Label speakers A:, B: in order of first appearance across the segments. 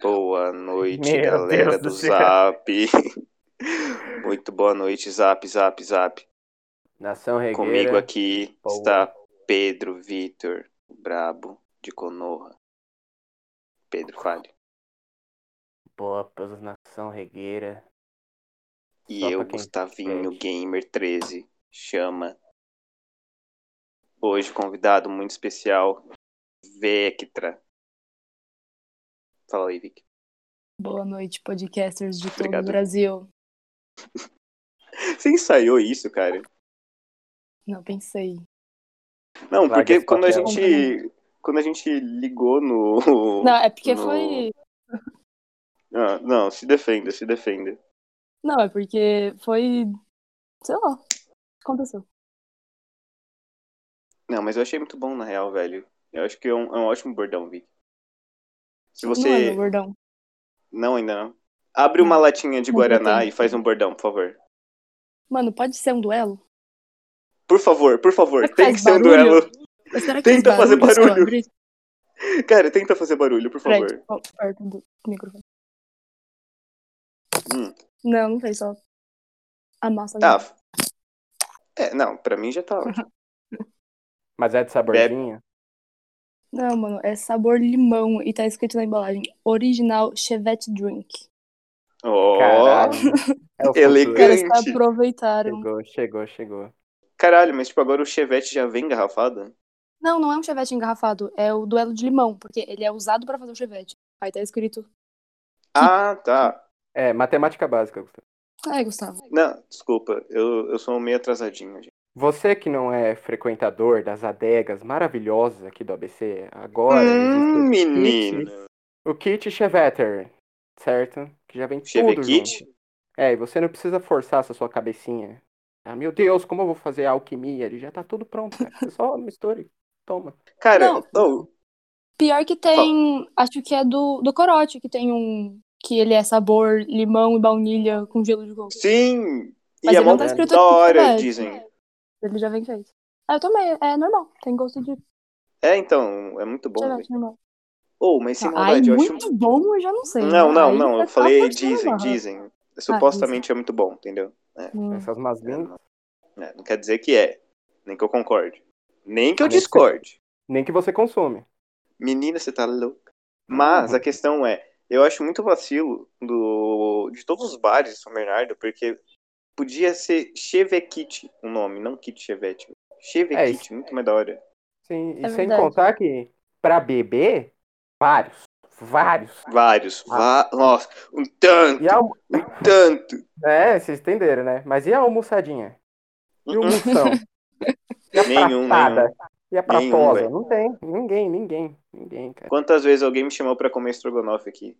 A: Boa noite,
B: Meu
A: galera
B: Deus
A: do
B: do céu.
A: Zap. Muito boa noite, Zap, Zap, Zap.
B: Nação Regueira.
A: Comigo aqui
B: Boa.
A: está Pedro Vitor, o brabo de Conorra. Pedro, fale.
B: Boa, pelos Nação Regueira.
A: E
B: Só pra
A: eu,
B: quem
A: Gustavinho
B: pede.
A: Gamer 13, chama. Hoje, convidado muito especial, Vectra. Fala aí, Vic.
C: Boa noite, podcasters de todo
A: Obrigado.
C: o Brasil.
A: Você ensaiou isso, cara?
C: Não pensei.
A: Não,
B: Larga
A: porque
B: esse
A: quando a
B: papel.
A: gente. Quando a gente ligou no.
C: Não, é porque
A: no-
C: foi.
A: Ah, não, se defenda, se defenda.
C: Não, é porque foi. Sei lá. Aconteceu.
A: Não, mas eu achei muito bom, na real, velho. Eu acho que é um, é um ótimo bordão, Vic. Se
C: Não é meu
A: você. Não,
C: gordão.
A: ainda não. Abre uma latinha de
C: Não,
A: Guaraná
C: não.
A: e faz um bordão, por favor.
C: Mano, pode ser um duelo?
A: Por favor, por favor,
C: Mas
A: tem
C: faz
A: que ser um
C: barulho.
A: duelo.
C: Mas será que
A: Tenta
C: faz
A: fazer
C: barulho?
A: barulho,
C: Descobre.
A: Cara, tenta fazer barulho, por
C: Peraí,
A: favor.
C: tipo, perto do microfone.
A: Hum.
C: Não, não fez só. A massa.
A: Tá. É, não, pra mim já tá ótimo.
B: Mas é de saborzinho?
C: Não, mano, é sabor limão e tá escrito na embalagem: Original Chevette Drink.
A: Ó,
B: Caralho. É o futuro.
A: Elegante.
C: Eles
A: Gente.
C: aproveitaram.
B: Chegou, chegou, chegou.
A: caralho, mas tipo, agora o Chevette já vem engarrafado?
C: Não, não é um chevette engarrafado, é o duelo de limão, porque ele é usado pra fazer o chevette. Aí tá escrito.
A: Ah, tá.
B: É, matemática básica, Gustavo.
C: Ai, É, Gustavo.
A: Não, desculpa, eu, eu sou meio atrasadinho, gente.
B: Você que não é frequentador das adegas maravilhosas aqui do ABC, agora
A: Hum,
B: existe o
A: menino.
B: kit- o kit Cheveter, certo? Que já vem tudo
A: Chevekit?
B: junto. É, e você não precisa forçar essa sua cabecinha. Ah, meu Deus, como eu vou fazer a alquimia? Ele já tá tudo pronto, cara. Você só mistura e toma.
A: Cara,
C: Não.
A: oh,
C: Pior que tem, acho que é do, do Corote, que tem um. Que ele é sabor limão e baunilha com gelo de coco.
A: sim!
C: Mas
A: e é
C: ele
A: mó
C: não tá escrito
A: da hora,
C: Chevette.
A: dizem.
C: Ele já vem feito. Ah, eu também, é normal. Tem gosto de
A: É, então, é muito bom. velho.
C: chevette normal.
A: Oh, mas sem
C: Ai,
A: maldade, eu acho.
C: Tá, muito bom, eu já não sei.
A: Não,
C: né?
A: não,
C: Aí
A: não,
C: tá
A: eu falei
C: forçando a
A: dizem,
C: barra.
A: dizem. Supostamente é muito bom, entendeu?
C: Hum.
B: Essas más línguas.
A: É, não quer dizer que é, nem que eu concorde, nem que eu
B: Nem que você-
A: discorde.
B: Nem que você consome.
A: Menina, você tá louca. Mas a questão é, eu acho muito vacilo do, de todos os bares de São Bernardo, porque podia ser Chevekit o nome, não Kit Chevette.
B: É
A: Chevekit,
B: isso.
A: muito mais da hora.
B: Sim, e
C: É
B: sem
C: verdade.
B: contar que pra beber, vários. Vários.
A: Vários,
B: Ah.
A: va- nossa, um tanto,
B: E a, almo-
A: um tanto.
B: é, vocês entenderam, né? Mas e a almoçadinha? E o
A: Uhum.
B: moção? E a
A: Nenhum,
B: pratada? E a
A: Nenhum,
B: pratosa?
A: velho.
B: não tem. Ninguém, ninguém. Ninguém, cara.
A: Quantas vezes alguém me chamou pra comer estrogonofe aqui?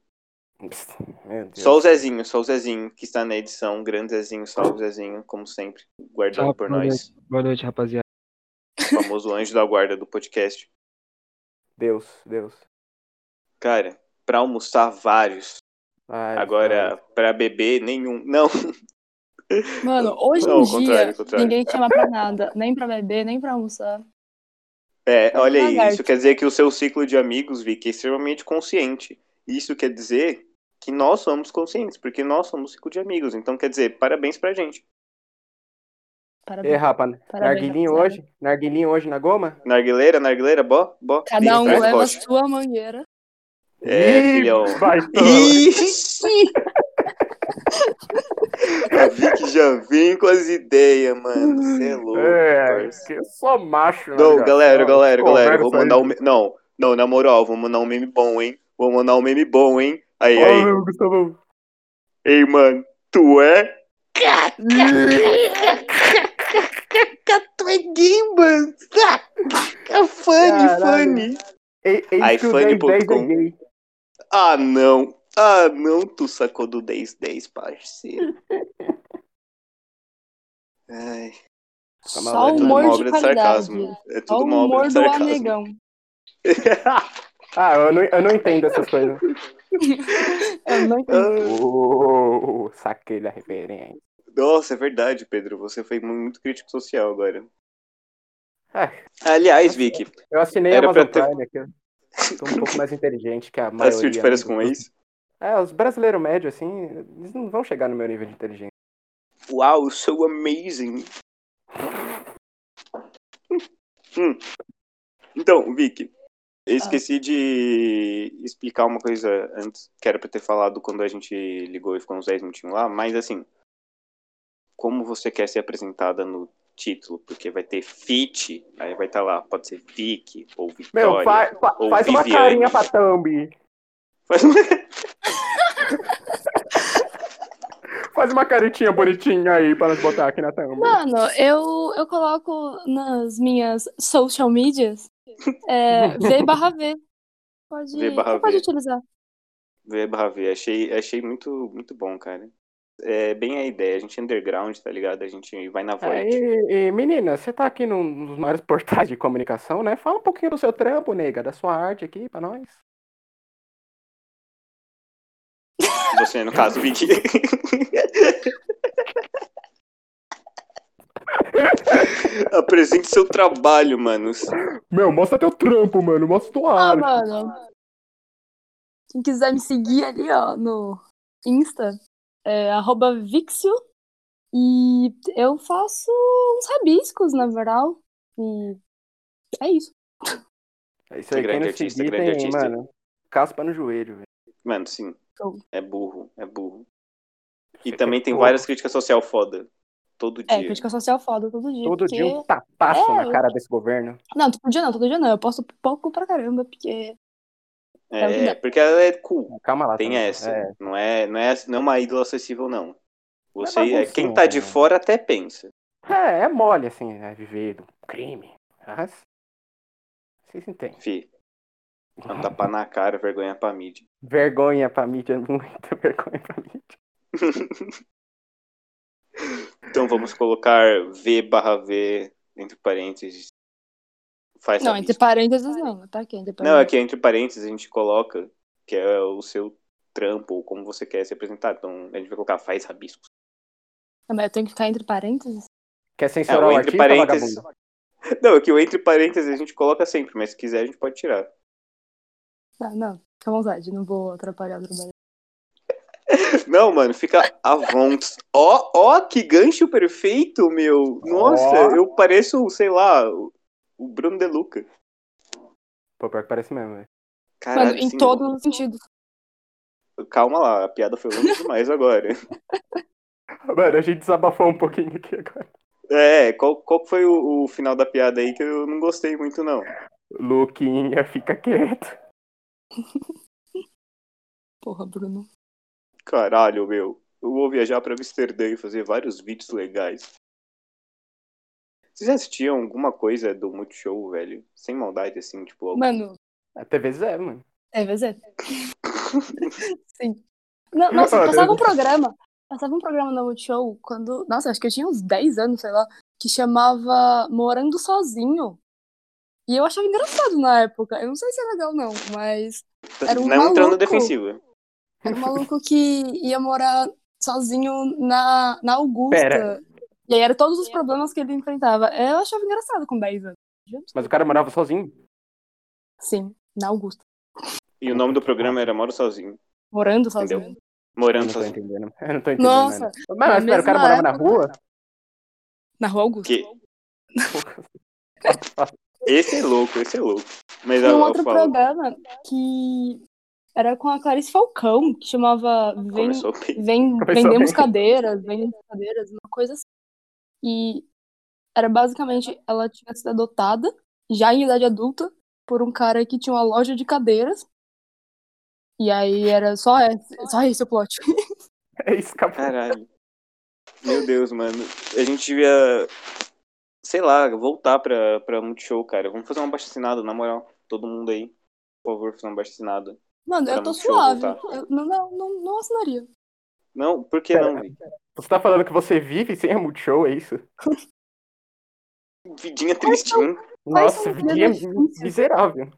B: Psst, Meu Deus.
A: Só o Zezinho, só o Zezinho, que está na edição, grande Zezinho, salve Zezinho, como sempre, guardado
D: Salve,
A: por
D: boa
A: nós,
D: Boa noite, rapaziada.
A: o famoso anjo da guarda do podcast.
B: Deus, Deus.
A: Cara, pra almoçar vários.
B: Vários,
A: Agora, pra beber, nenhum. Não,
C: Mano, hoje
A: Não,
C: em
A: ao contrário, ao
C: dia,
A: contrário.
C: ninguém te chama pra nada. Nem pra beber, nem pra almoçar.
A: é, olha aí.
C: tá Lagarto.
A: Isso quer dizer que o seu ciclo de amigos, Vicky, é extremamente consciente. Isso quer dizer que nós somos conscientes, porque nós somos ciclo de amigos. Então, quer dizer, parabéns pra gente.
B: vários. E,
C: Parabéns.
B: rapa,
C: Parabéns,
B: narguilinho
C: rapaziada.
B: hoje? Narguilinho hoje na goma?
A: Narguileira, narguileira, bó, bó. né? Ih,
C: Cada um
A: traz
C: leva a
A: pote.
C: sua mangueira.
A: É,
B: Ih,
A: filhão.
B: baitola.
A: Ixi! A Vicky já vem com as ideias, mano. Você é louco.
B: É,
A: parça.
B: que eu sou macho. né,
A: Não,
B: cara?
A: galera,
B: Não,
A: galera, galera, vou
B: conversa
A: mandar
B: aí.
A: um. me- Não, não, na moral, vou mandar um meme bom, hein? Vou mandar um meme bom, hein? Aí,
B: Ó,
A: aí.
B: meu Gustavo.
A: Ei, mano, tu é. tu é gay, mano. É funny,
B: Caralho.
A: funny.
B: Ei, ei,
A: Aí,
B: que o
A: fã de
B: 10, 10
A: ponto com.
B: é gay.
A: Ah, não. Ah, não, tu sacou do 10-10, parceiro. Ai,
B: Calma
C: Só
A: é
B: lá,
A: tudo
C: Um humor
A: uma
C: de
A: obra de
C: qualidade.
A: sarcasmo. É tudo
C: Só
A: uma obra
C: humor
A: de
C: do
A: sarcasmo.
C: amigão.
B: Ah, eu não, eu não entendo essas coisas.
C: Eu não entendi.
A: Uh,
B: Oh, saquei da referência.
A: Nossa, é verdade, Pedro. Você foi muito crítico social agora.
B: Ah,
A: Aliás, Vicky,
B: eu assinei a
A: Era
B: Amazon
A: pra ter-
B: Prime aqui. Sou um pouco mais inteligente que a maioria. né?
A: Assistiu de férias com o ex?
B: É, os brasileiros médios, assim, eles não vão chegar no meu nível de inteligência.
A: Uau, so amazing. Hum. Então, Vicky, eu esqueci de explicar uma coisa antes, que era pra eu ter falado quando a gente ligou e ficou uns 10 minutinhos lá, mas assim, como você quer ser apresentada no título, porque vai ter fit, aí vai estar lá, pode ser Vicky ou Vitória.
B: Meu, fa- fa-
A: ou
B: faz uma
A: Viviane.
B: carinha pra Thumb.
A: Faz um uma-
B: Faz uma caretinha bonitinha aí pra nós botar aqui na Thumb.
C: Mano, eu, eu coloco nas minhas social medias é, V barra V. Pode,
A: V barra
C: você pode
A: V.
C: utilizar.
A: Vê, barra vê. Achei, achei muito, muito bom, cara. É bem a ideia. A gente é underground, tá ligado? A gente vai na
B: É,
A: voz.
B: e, e, menina, você tá aqui num- nos maiores portais de comunicação, né? Fala um pouquinho do seu trampo, nega, da sua arte aqui pra nós.
A: Você, no caso, Vicky. Apresente seu trabalho, manos.
B: Meu, mostra teu trampo, mano, mostra tua
C: Ah, mano. Quem quiser me seguir ali, ó, no Insta, é arroba Vixio. E eu faço uns rabiscos, na geral. E é isso.
B: É isso aí,
A: Que grande
B: quem não
A: artista,
B: seguir
A: grande
B: tem,
A: artista.
B: mano, caspa no joelho, velho.
A: Mano, sim.
C: Show.
A: É burro, é burro.
B: Você
A: E
B: quer
A: também tem
B: porra.
A: várias críticas social foda. Todo
C: É,
A: dia.
C: crítica social foda todo dia.
B: Todo
C: porque-
B: dia um tapaço
C: É,
B: na
C: eu-
B: cara desse governo.
C: Não, todo dia não, todo dia não. Eu posto pouco pra caramba, porque. é o que
A: É,
C: dá.
A: porque ela é cool.
B: Calma lá.
A: Tem
B: Thumb.
A: essa.
B: É.
A: Não, é, não, é, não é uma ídola acessível, não. Você,
B: É uma
A: é, quem tá de
B: bolsinha, né?
A: fora até pensa.
B: É, é mole, assim, né? Viver do crime. Mas. Vocês entendem.
A: Fi, é um tapa na cara, vergonha pra mídia.
B: Vergonha pra mídia, muita vergonha pra mídia.
A: Então vamos colocar V barra V entre parênteses. Faz
C: Não,
A: rabisco.
C: entre parênteses não, tá aqui, entre
A: É Não, é
C: parênteses.
A: que entre parênteses a gente coloca que é o seu trampo ou como você quer se apresentar. Então a gente vai colocar faz rabisco.
C: Não, mas eu tenho que ficar entre parênteses?
B: Quer censurar
A: É, o
B: o
A: entre
B: artista,
A: parênteses-
B: tá vagabundo?
A: Não, é que o entre parênteses a gente coloca sempre, mas se quiser a gente pode tirar.
C: Ah, não, fica à vontade, não vou atrapalhar o trabalho.
A: Não, mano, fica avontes. Ó, ó, que gancho perfeito, meu. Nossa,
B: Ó.
A: eu pareço, sei lá, o o Bruno De Luca.
B: Pô, pior que parece mesmo, velho.
A: Caralho,
C: Mano, em
A: sim,
C: todos os sentidos.
A: Calma lá, a piada foi longe demais agora.
B: Ah, Mano, a gente desabafou um pouquinho aqui agora.
A: É, qual, qual que foi o, o final da piada aí que eu não gostei muito, não?
B: Luquinha, fica quieto.
C: Porra, Bruno.
A: Caralho, meu. Eu vou viajar pra Amsterdã e fazer vários vídeos legais. Vocês já assistiam alguma coisa do Multishow, velho? Sem maldade, assim, tipo... algo-
C: Mano,
B: A TV Zé, mano.
C: é VZ. Sim. Não, nossa,
B: Olha.
C: passava um programa. Passava um programa no Multishow quando. Nossa, acho que eu tinha uns 10 anos, sei lá, que chamava Morando Sozinho. E eu achava engraçado na época. Eu não sei se é legal, não, mas era um
A: tá não entrando
C: maluco.
A: defensiva.
C: Era um maluco que ia morar sozinho na, na Augusta.
B: Pera.
C: E aí eram todos os problemas que ele enfrentava. Eu achava engraçado com 10 anos.
B: Mas o cara morava sozinho.
C: Sim, na Augusta.
A: E o nome do programa era Moro Sozinho.
C: Morando sozinho.
A: Entendeu?
B: Eu
A: Morando
B: não tô
A: sozinho.
B: entendendo. Eu não tô entendendo.
C: Nossa,
B: mano. Mas,
C: na
B: pera, o cara
C: mesma
B: morava na
C: época-
B: rua?
C: Na rua Augusta.
A: Que... Esse é louco, esse é louco. Mas
C: Tinha
A: eu,
C: um outro
A: eu falo,
C: programa que era com a Clarice Falcão, que chamava Vem,
A: começou bem.
C: Vem-
B: Começou
C: vendemos
B: bem.
C: cadeiras, vendemos cadeiras, uma coisa assim. E era basicamente, ela tinha sido adotada, já em idade adulta, por um cara que tinha uma loja de cadeiras. E aí era só esse, só esse o plot.
B: É isso, cara.
A: Caralho. Meu Deus, mano. A gente devia, sei lá, voltar pra, pra Multishow, cara. Vamos fazer um abaixo-assinado, na moral. Todo mundo aí. Por favor, fazer um abaixo-assinado.
C: Mano,
A: Era tá?
C: eu tô
A: muito show
C: suave.
A: voltar.
C: Eu não, não, não, não assinaria.
A: Não, por que
B: Pera.
A: não, Vic?
B: Você tá falando que você vive sem a Multishow, é isso?
A: Vidinha tristinha.
C: Quais
B: Nossa,
C: são os
B: Vicky é
C: benefícios?
B: miserável.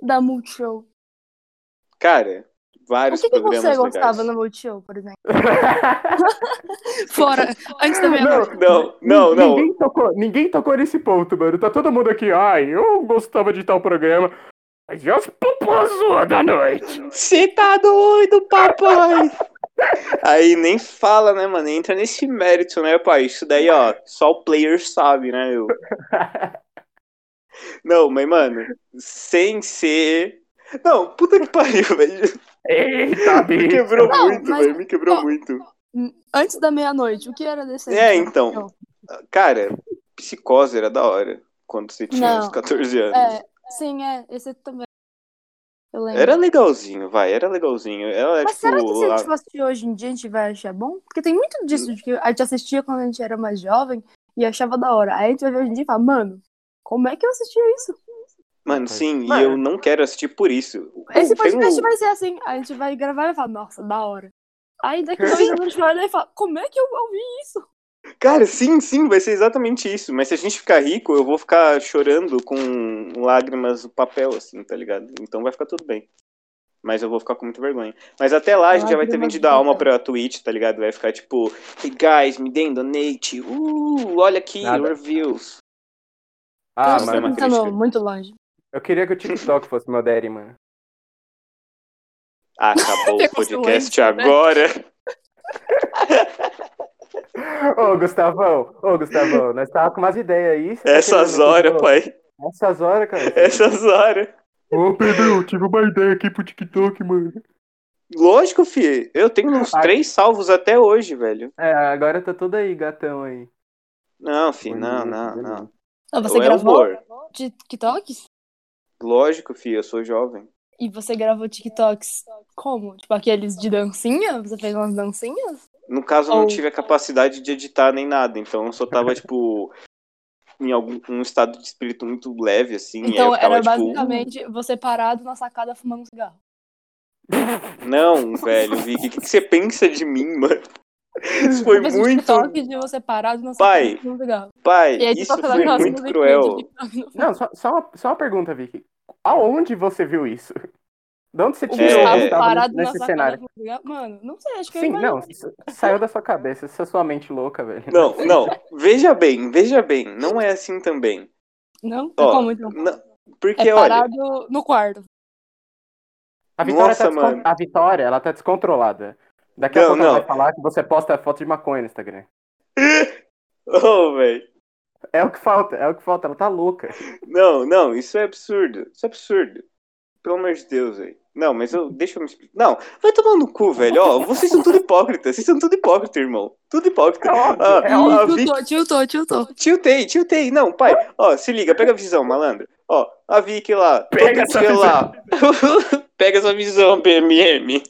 C: Da Multishow.
A: Cara,
C: O
A: vários
C: que, que
A: programas
C: você
A: legais.
C: gostava na Multishow, por exemplo? Fora, antes da minha
B: Não,
A: Não, não, não.
C: Uhum.
B: Ninguém tocou, ninguém tocou nesse ponto, mano. Tá todo mundo aqui. Ai, eu gostava de tal programa. Mas é os popozudos da noite.
A: Você tá doido, papai? Aí nem fala, né, mano? Entra nesse mérito, né, pai? Isso daí, ó, só o player sabe, né, meu? Não, mas, mano, sem ser. Não, puta que pariu, velho.
B: Eita,
A: Me
B: bicho.
A: quebrou
C: Não,
A: muito,
C: mas-
A: velho. Me quebrou muito.
C: Antes da meia-noite, o que era decente?
A: É, então. Cara, psicose era da hora. Quando você tinha
C: Não.
A: uns 14 anos.
C: É, sim, é. Esse também. Eu lembro.
A: Era legalzinho, vai, era legalzinho. Ela é
C: Mas
A: tipo.
C: será que se a
A: a-
C: gente for assistir hoje em dia, a gente vai achar bom? Porque tem muito disso de que a gente assistia quando a gente era mais jovem e achava da hora. Aí a gente vai ver hoje em dia e fala, mano, como é que eu assistia isso?
A: Mano, sim,
B: Mano.
A: e eu não quero assistir por isso.
C: Esse
A: Pô, tem
C: podcast
A: um-
C: vai ser assim. A gente vai gravar e vai falar, nossa, da hora. Aí daqui dois anos a gente vai olhar e fala, como é que eu ouvi isso?
A: Cara, sim, sim, vai ser exatamente isso. Mas se a gente ficar rico, eu vou ficar chorando com lágrimas no papel, assim, tá ligado? Então vai ficar tudo bem. Mas eu vou ficar com muita vergonha. Mas até lá a gente já vai ter
C: Lágrimas
A: vendido a
C: no
A: alma
C: papel.
A: pra Twitch, tá ligado? Vai ficar tipo, hey guys, me deem donate. Uh, olha aqui,
B: Nada.
A: reviews.
B: Ah,
A: Nossa,
C: eu
A: é
B: mano,
A: uma
C: tô pensando
A: crítica.
C: Tá, muito longe.
A: é
B: eu queria que o TikTok fosse meu daddy, mano.
A: Ah, Acabou o
C: Pegou
A: podcast
C: silêncio, né?
A: agora.
B: Ô, Gustavão, ô, Gustavão, nós tava com umas ideias aí. você tá
A: Essas
B: querendo-
A: horas, pai. É.
B: Essas horas, cara.
A: Essas horas.
B: Ô, Pedro, eu tive uma ideia aqui pro TikTok, mano.
A: Lógico, fi. Eu tenho uns
B: Ah.
A: três salvos até hoje, velho.
B: É, agora tá tudo aí, gatão aí.
A: Não, fi, não, não, não.
C: Ah, você
A: Ou é
C: gravou
A: humor.
C: TikToks?
A: Lógico, fi, eu sou jovem.
C: E você gravou TikToks como? Tipo aqueles de dancinha? Você fez umas dancinhas?
A: No caso, eu não
C: Ou-
A: tive a capacidade de editar nem nada, então eu só tava, tipo, em algum um estado de espírito muito leve, assim. e aí
C: Então
A: eu ficava,
C: era
A: tipo,
C: basicamente você parado na sacada fumando um cigarro.
A: não, velho, Vicky, o que, que você pensa de mim, mano? Isso foi
C: Eu fiz um
A: muito.
C: TikTok de você parado na
A: Pai.
C: sacada fumando um cigarro.
A: Pai,
C: E aí
A: isso
C: toca
A: foi
C: aquelas
A: muito
C: musiquinhas
A: cruel. É.
C: de TikTok no fundo.
B: Não, só, só, uma, só uma pergunta, Vicky. Aonde você viu isso? De onde você
C: O
B: tirou
C: Gustavo
A: é.
B: Gustavo
C: parado na
B: nesse
C: sacada
B: cenário?
C: fumando um cigarro. Mano, não sei, acho que
B: Sim,
C: eu
B: não, isso saiu da sua cabeça, essa é sua mente louca, velho.
A: Não, não, veja bem, veja bem, não é assim também.
C: Não?
A: Ó,
C: Como então?
A: não- porque,
C: É
A: olha,
C: parado no quarto.
B: A Vitória,
A: Nossa,
B: tá descon-
A: mano.
B: a Vitória, ela tá descontrolada. Daqui
A: Não,
B: a pouco ela
A: não.
B: vai falar que você posta foto de maconha no Instagram.
A: oh, velho.
B: É o que falta, é o que falta, ela tá louca.
A: Não, não, isso é absurdo. Isso é absurdo. Pelo amor de Deus, velho. Não, mas eu. Deixa eu me explicar. Não, vai tomar no cu, velho. Ó, vocês são tudo hipócritas. Vocês são tudo hipócritas, irmão. Tudo hipócrita.
B: É óbvio,
A: Ah,
B: é
C: Ih,
B: óbvio.
A: a Vicky.
C: tiltou, tiltou, tiltou.
A: Tiltei, tiltei. Não, pai. Ó, se liga, pega a visão, malandro. Ó, a Vicky lá.
B: Pega essa
A: toda lá. pega essa visão, PMM.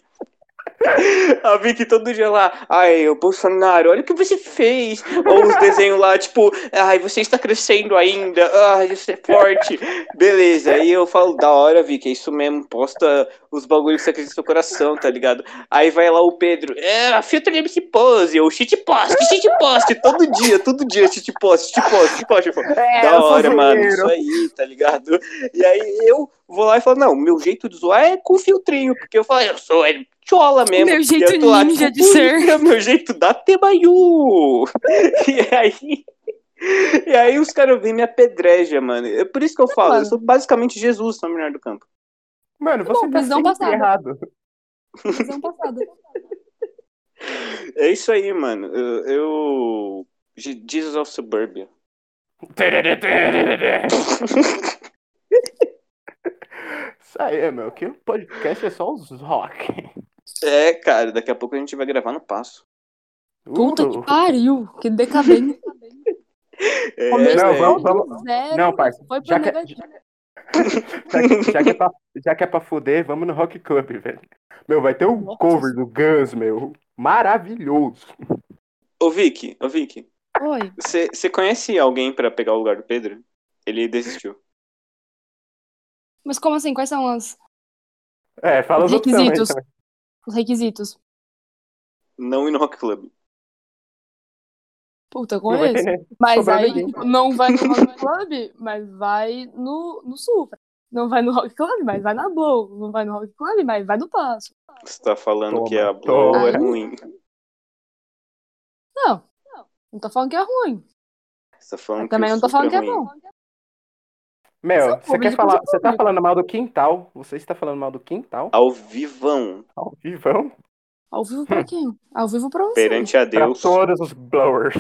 A: A Vicky todo dia lá, ai, o Bolsonaro, olha o que você fez. Ou os desenhos lá, tipo, ai, você está crescendo ainda, ai, você é forte. Beleza, aí eu falo, da hora, Vicky, é isso mesmo, posta os bagulhos que você acredita no seu coração, tá ligado? Aí vai lá o Pedro, é, filtro de MC Pose, ou cheat post, cheat post, todo dia, todo dia, cheat post, cheat post, cheat post. Eu falo,
B: É, eu
A: da
B: sou
A: hora, mano,
B: zoeiro.
A: isso aí, tá ligado? E aí eu vou lá e falo, não, meu jeito de zoar é com filtrinho, porque eu falo, eu sou é chola mesmo.
C: Meu
A: E
C: jeito
A: eu tô lá,
C: ninja
A: tipo,
C: de ser.
A: "Puta, Meu jeito da Tebaiu. e aí... E aí os caras vêm minha pedreja, mano. É por isso que eu falo,
C: mano.
A: eu sou basicamente Jesus na melhor do campo.
B: Mano,
C: Tá
B: você
C: bom,
B: tá
C: visão
B: sempre
C: passada.
B: errado.
C: Visão passada.
A: É isso aí, mano. Eu... eu... Je- Jesus of Suburbia.
B: Isso aí, meu, que o podcast é só os rock.
A: É, cara, daqui a pouco a gente vai gravar no passo.
C: Puta que
B: Uh.
C: pariu. Que decadente.
A: É,
C: Começo
B: Não,
A: velho.
B: vamos-
C: zero.
B: Não, parça,
C: É, Foi
B: já
C: pra
B: que-
C: negativo.
B: já que, já que é pra, já que é pra fuder, vamos no Rock Club, velho. Meu, vai ter um
C: Nossa.
B: cover do Guns, meu. Maravilhoso.
A: Ô, Vicky, ô, Vicky.
C: Oi.
A: Você conhece alguém pra pegar o lugar do Pedro? Ele desistiu.
C: Mas como assim? Quais são as-
B: É, fala então. os outros também.
C: Requisitos. os requisitos?
A: Não ir no Rock Club.
C: Puta, eu
B: Não vai ter
C: conheço.
B: nem-
C: Mas
B: Sobrar
C: aí
B: ninguém.
C: tipo, não vai no Rock Club, mas vai no, no Supra. Não vai no Rock Club, mas vai na Blow. Não vai no Rock Club, mas vai no Passo.
A: Você tá falando
B: Toma,
A: que a Blow
B: toma.
C: Ah,
A: é ruim.
C: Não, não tô falando que é ruim.
A: Você tá falando
B: É
C: Mas também
A: que o
C: não tô
A: Supra
C: é falando que é
A: ruim.
C: bom.
B: Meu,
C: Isso é
B: você quer
C: público,
B: falar.
C: isso é
B: Você tá
C: público.
B: falando mal do quintal. Você está falando mal do quintal?
A: Ao vivão,
B: Ao vivão?
C: Ao vivo pra quem? Ao vivo pra você.
A: perante a
B: Pra
A: Deus.
B: todos os blowers.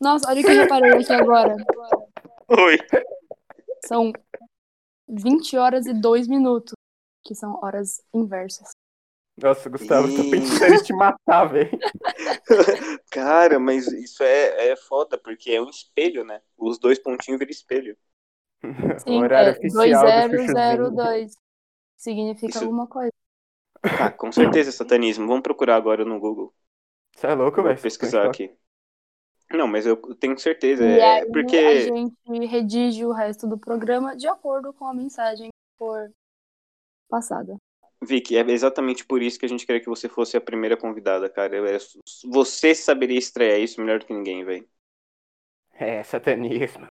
C: Nossa, olha o que eu reparei aqui agora.
A: Oi.
C: São 20 horas e 2 minutos. Que são horas inversas.
B: Nossa, Gustavo, tô
A: Ih.
B: pensando em te matar, velho.
A: Cara, mas isso é, é foda, porque é um espelho, né? Os dois pontinhos viram espelho.
B: O
C: Sim,
B: horário
C: é
B: oficial do chuchuzinho.
C: 2002. Significa
A: Isso-
C: alguma coisa.
A: Ah, com certeza, satanismo. Vamos procurar agora no Google.
B: Você é louco,
A: Vou
B: velho?
A: pesquisar aqui. Não, mas eu tenho certeza.
C: E
A: É
C: aí a
A: porque.
C: gente redige o resto do programa de acordo com a mensagem que for passada.
A: Vicky, é exatamente por isso que a gente queria que você fosse a primeira convidada, cara. Eu- é- Você saberia estrear isso melhor do que ninguém, velho.
B: É, satanismo.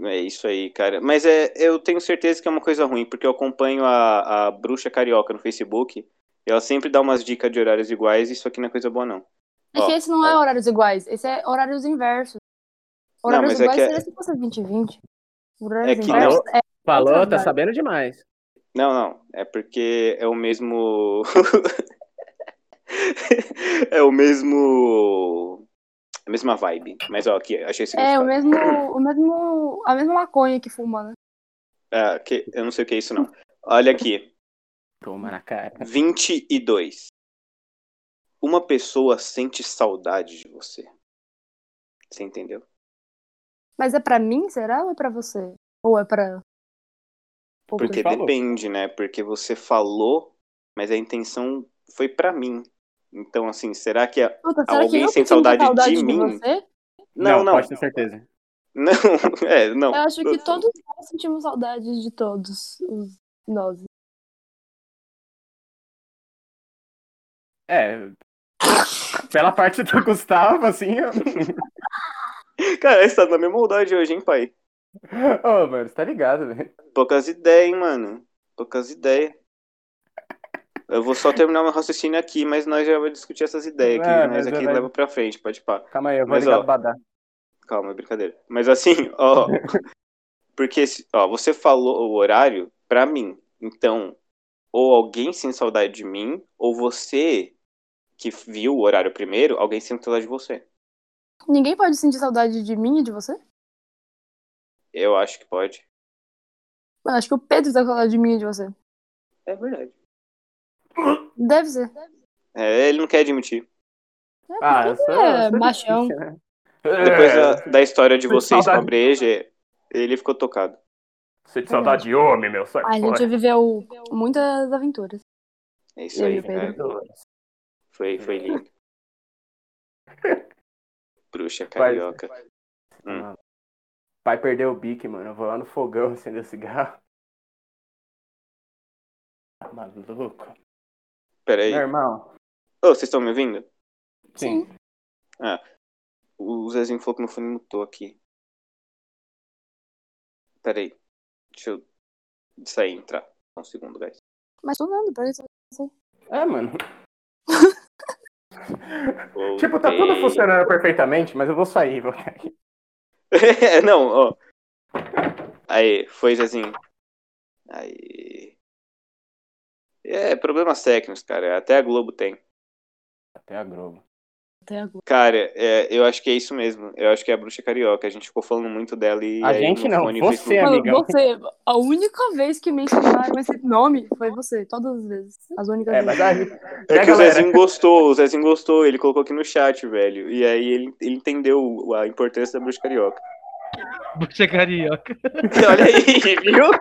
A: É isso aí, cara. Mas é, eu tenho certeza que é uma coisa ruim, porque eu acompanho a, a Bruxa Carioca no Facebook. E ela sempre dá umas dicas de horários iguais, e isso aqui não é coisa boa, não.
C: É
A: Ó,
C: que esse não é horários iguais, esse é horários inversos. Horários
A: mas é
C: iguais
A: que é-
C: seria se fosse 20 e 20. Horários
A: É que
C: inversos é Falou,
B: Falou,
C: Outra tá
B: tá
C: vibe.
B: sabendo demais.
A: Não, não. É porque é o mesmo. é o mesmo. A mesma vibe. Mas ó, aqui, achei esse
C: É, o
A: gostado.
C: mesmo, o mesmo. A mesma maconha que fuma, né?
A: Ah, que- Eu não sei o que é isso, não. Olha aqui.
B: Toma na cara.
A: 22. Uma pessoa sente saudade de você. Você entendeu?
C: Mas é pra mim, será? Ou é pra você? Ou é pra. Ou
A: Porque
B: falou.
A: depende, né? Porque você falou, mas a intenção foi pra mim. Então, assim, será que a...
C: pra- Puta, será que
A: alguém
C: eu
A: sem
C: que sinto
A: saudade de mim?
C: você?
A: Não, não.
B: Pode ter certeza.
A: Não, é, não.
C: Eu acho que todos nós sentimos saudades de todos os nós.
B: É. Pela parte do Gustavo, assim. eu-
A: Cara, você tá na minha maldade hoje, hein, pai?
B: Ô, mano, você tá ligado, velho.
A: Poucas ideias, hein, mano? Poucas ideias. Eu vou só terminar meu raciocínio aqui, mas nós já vamos discutir essas ideias que
B: É,
A: nós
B: mas
A: aqui
B: é,
A: leva pra frente, pode pá.
B: Calma aí, eu vou
A: Mas,
B: ligar
A: ó.
B: o Badá.
A: Calma, é brincadeira. Mas assim, ó. porque, se- ó, você falou o horário pra mim. Então, ou alguém sem saudade de mim, ou você que viu o horário primeiro, alguém sem saudade de você.
C: Ninguém pode sentir saudade de mim e de você?
A: Eu acho que pode.
C: Eu acho que o Pedro tá com saudade de mim e de você.
A: É verdade.
C: Deve ser.
A: É, ele não quer admitir.
C: É,
B: Ah, eu
C: porque
B: sou,
C: ele é
B: eu sou
C: machão.
B: difícil, né? É,
A: Depois da, da história de
B: Foi
A: vocês com a
B: saudade.
A: Breja, ele ficou tocado.
B: Sente saudade de homem, meu. Sai
C: A gente
B: fora.
C: viveu muitas aventuras.
A: É isso
C: E aí,
A: aí,
B: né?
C: Pedro?
A: cara.
B: Hum.
A: Foi,
B: É.
A: foi lindo. Bruxa
B: Vai.
A: carioca.
B: Mano, Pai perdeu o bique, mano. Eu vou lá no fogão acender o cigarro. Tá Maluco.
A: Pera aí.
B: Meu irmão.
A: Ô, vocês estão me ouvindo?
B: Sim.
A: O Zezinho falou que meu fone mutou aqui. Pera aí. Deixa eu sair e entrar. Só Um segundo, guys.
C: Mas tô andando, pra isso.
B: É, mano.
A: Voltei.
B: Tipo, tá tudo funcionando perfeitamente, mas eu vou sair. Vou...
A: É, Não, ó. Aí, foi Zezinho. Aí. É, problemas técnicos, cara. Até a Globo tem.
B: Até a Globo.
C: Até agora.
A: Cara, é, eu acho que é isso mesmo. Eu acho que é a bruxa carioca. A gente ficou falando muito dela e.
B: A
A: aí
B: gente
A: no
B: não,
A: fone
B: você, é
A: Facebook-
C: Mano,
B: amigão.
C: você, a única vez que mencionaram esse nome foi você, todas as vezes. As únicas
B: É,
C: vezes.
B: mas aí.
A: É
B: né,
A: que o
B: galera?
A: Zezinho gostou, o Zezinho gostou, ele colocou aqui no chat, velho. E aí ele, ele entendeu a importância da bruxa carioca.
D: Bruxa carioca.
A: Olha aí, viu?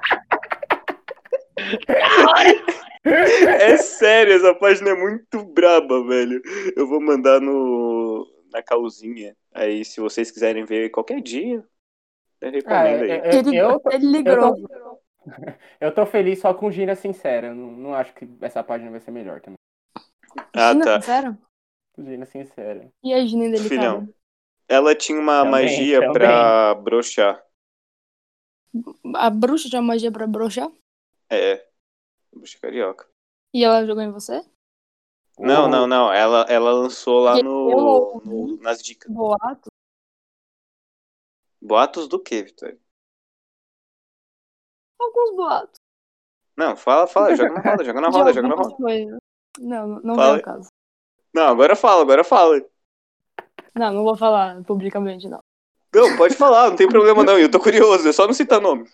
A: É sério, essa página é muito braba, velho. Eu vou mandar no na calzinha. Aí, se vocês quiserem ver qualquer dia, eu
B: Ah,
A: recomendo aí.
B: é- é-
C: Ele,
B: eu,
C: ele
B: eu
C: ligou.
B: eu tô feliz só com gíria sincera. Eu Não, não acho que essa página vai ser melhor também.
A: Ah,
C: Gina,
A: tá.
C: sério?
B: Gíria sincera.
C: E a Gina delicada?
A: Filhão. Ela tinha uma
B: Também,
A: magia
B: também.
A: pra broxar.
C: A bruxa tinha magia pra bruxar?
A: É. Bruxa carioca.
C: E ela jogou em você?
A: Não,
B: Uhum.
A: não, não. Ela, ela lançou lá
C: Eu
A: no, no- nas dicas.
C: Boato?
A: Boatos do quê, Vitória?
C: Alguns boatos.
A: Não, fala, fala, joga na roda, joga na roda,
C: de
A: joga na
C: algumas
A: roda.
C: coisas. Não, não- não
A: Fala.
C: vem ao caso.
A: Não, agora fala, agora fala.
C: Não, não vou falar publicamente, não.
A: Não, pode falar, não tem problema não. Eu tô curioso, é só não citar nome.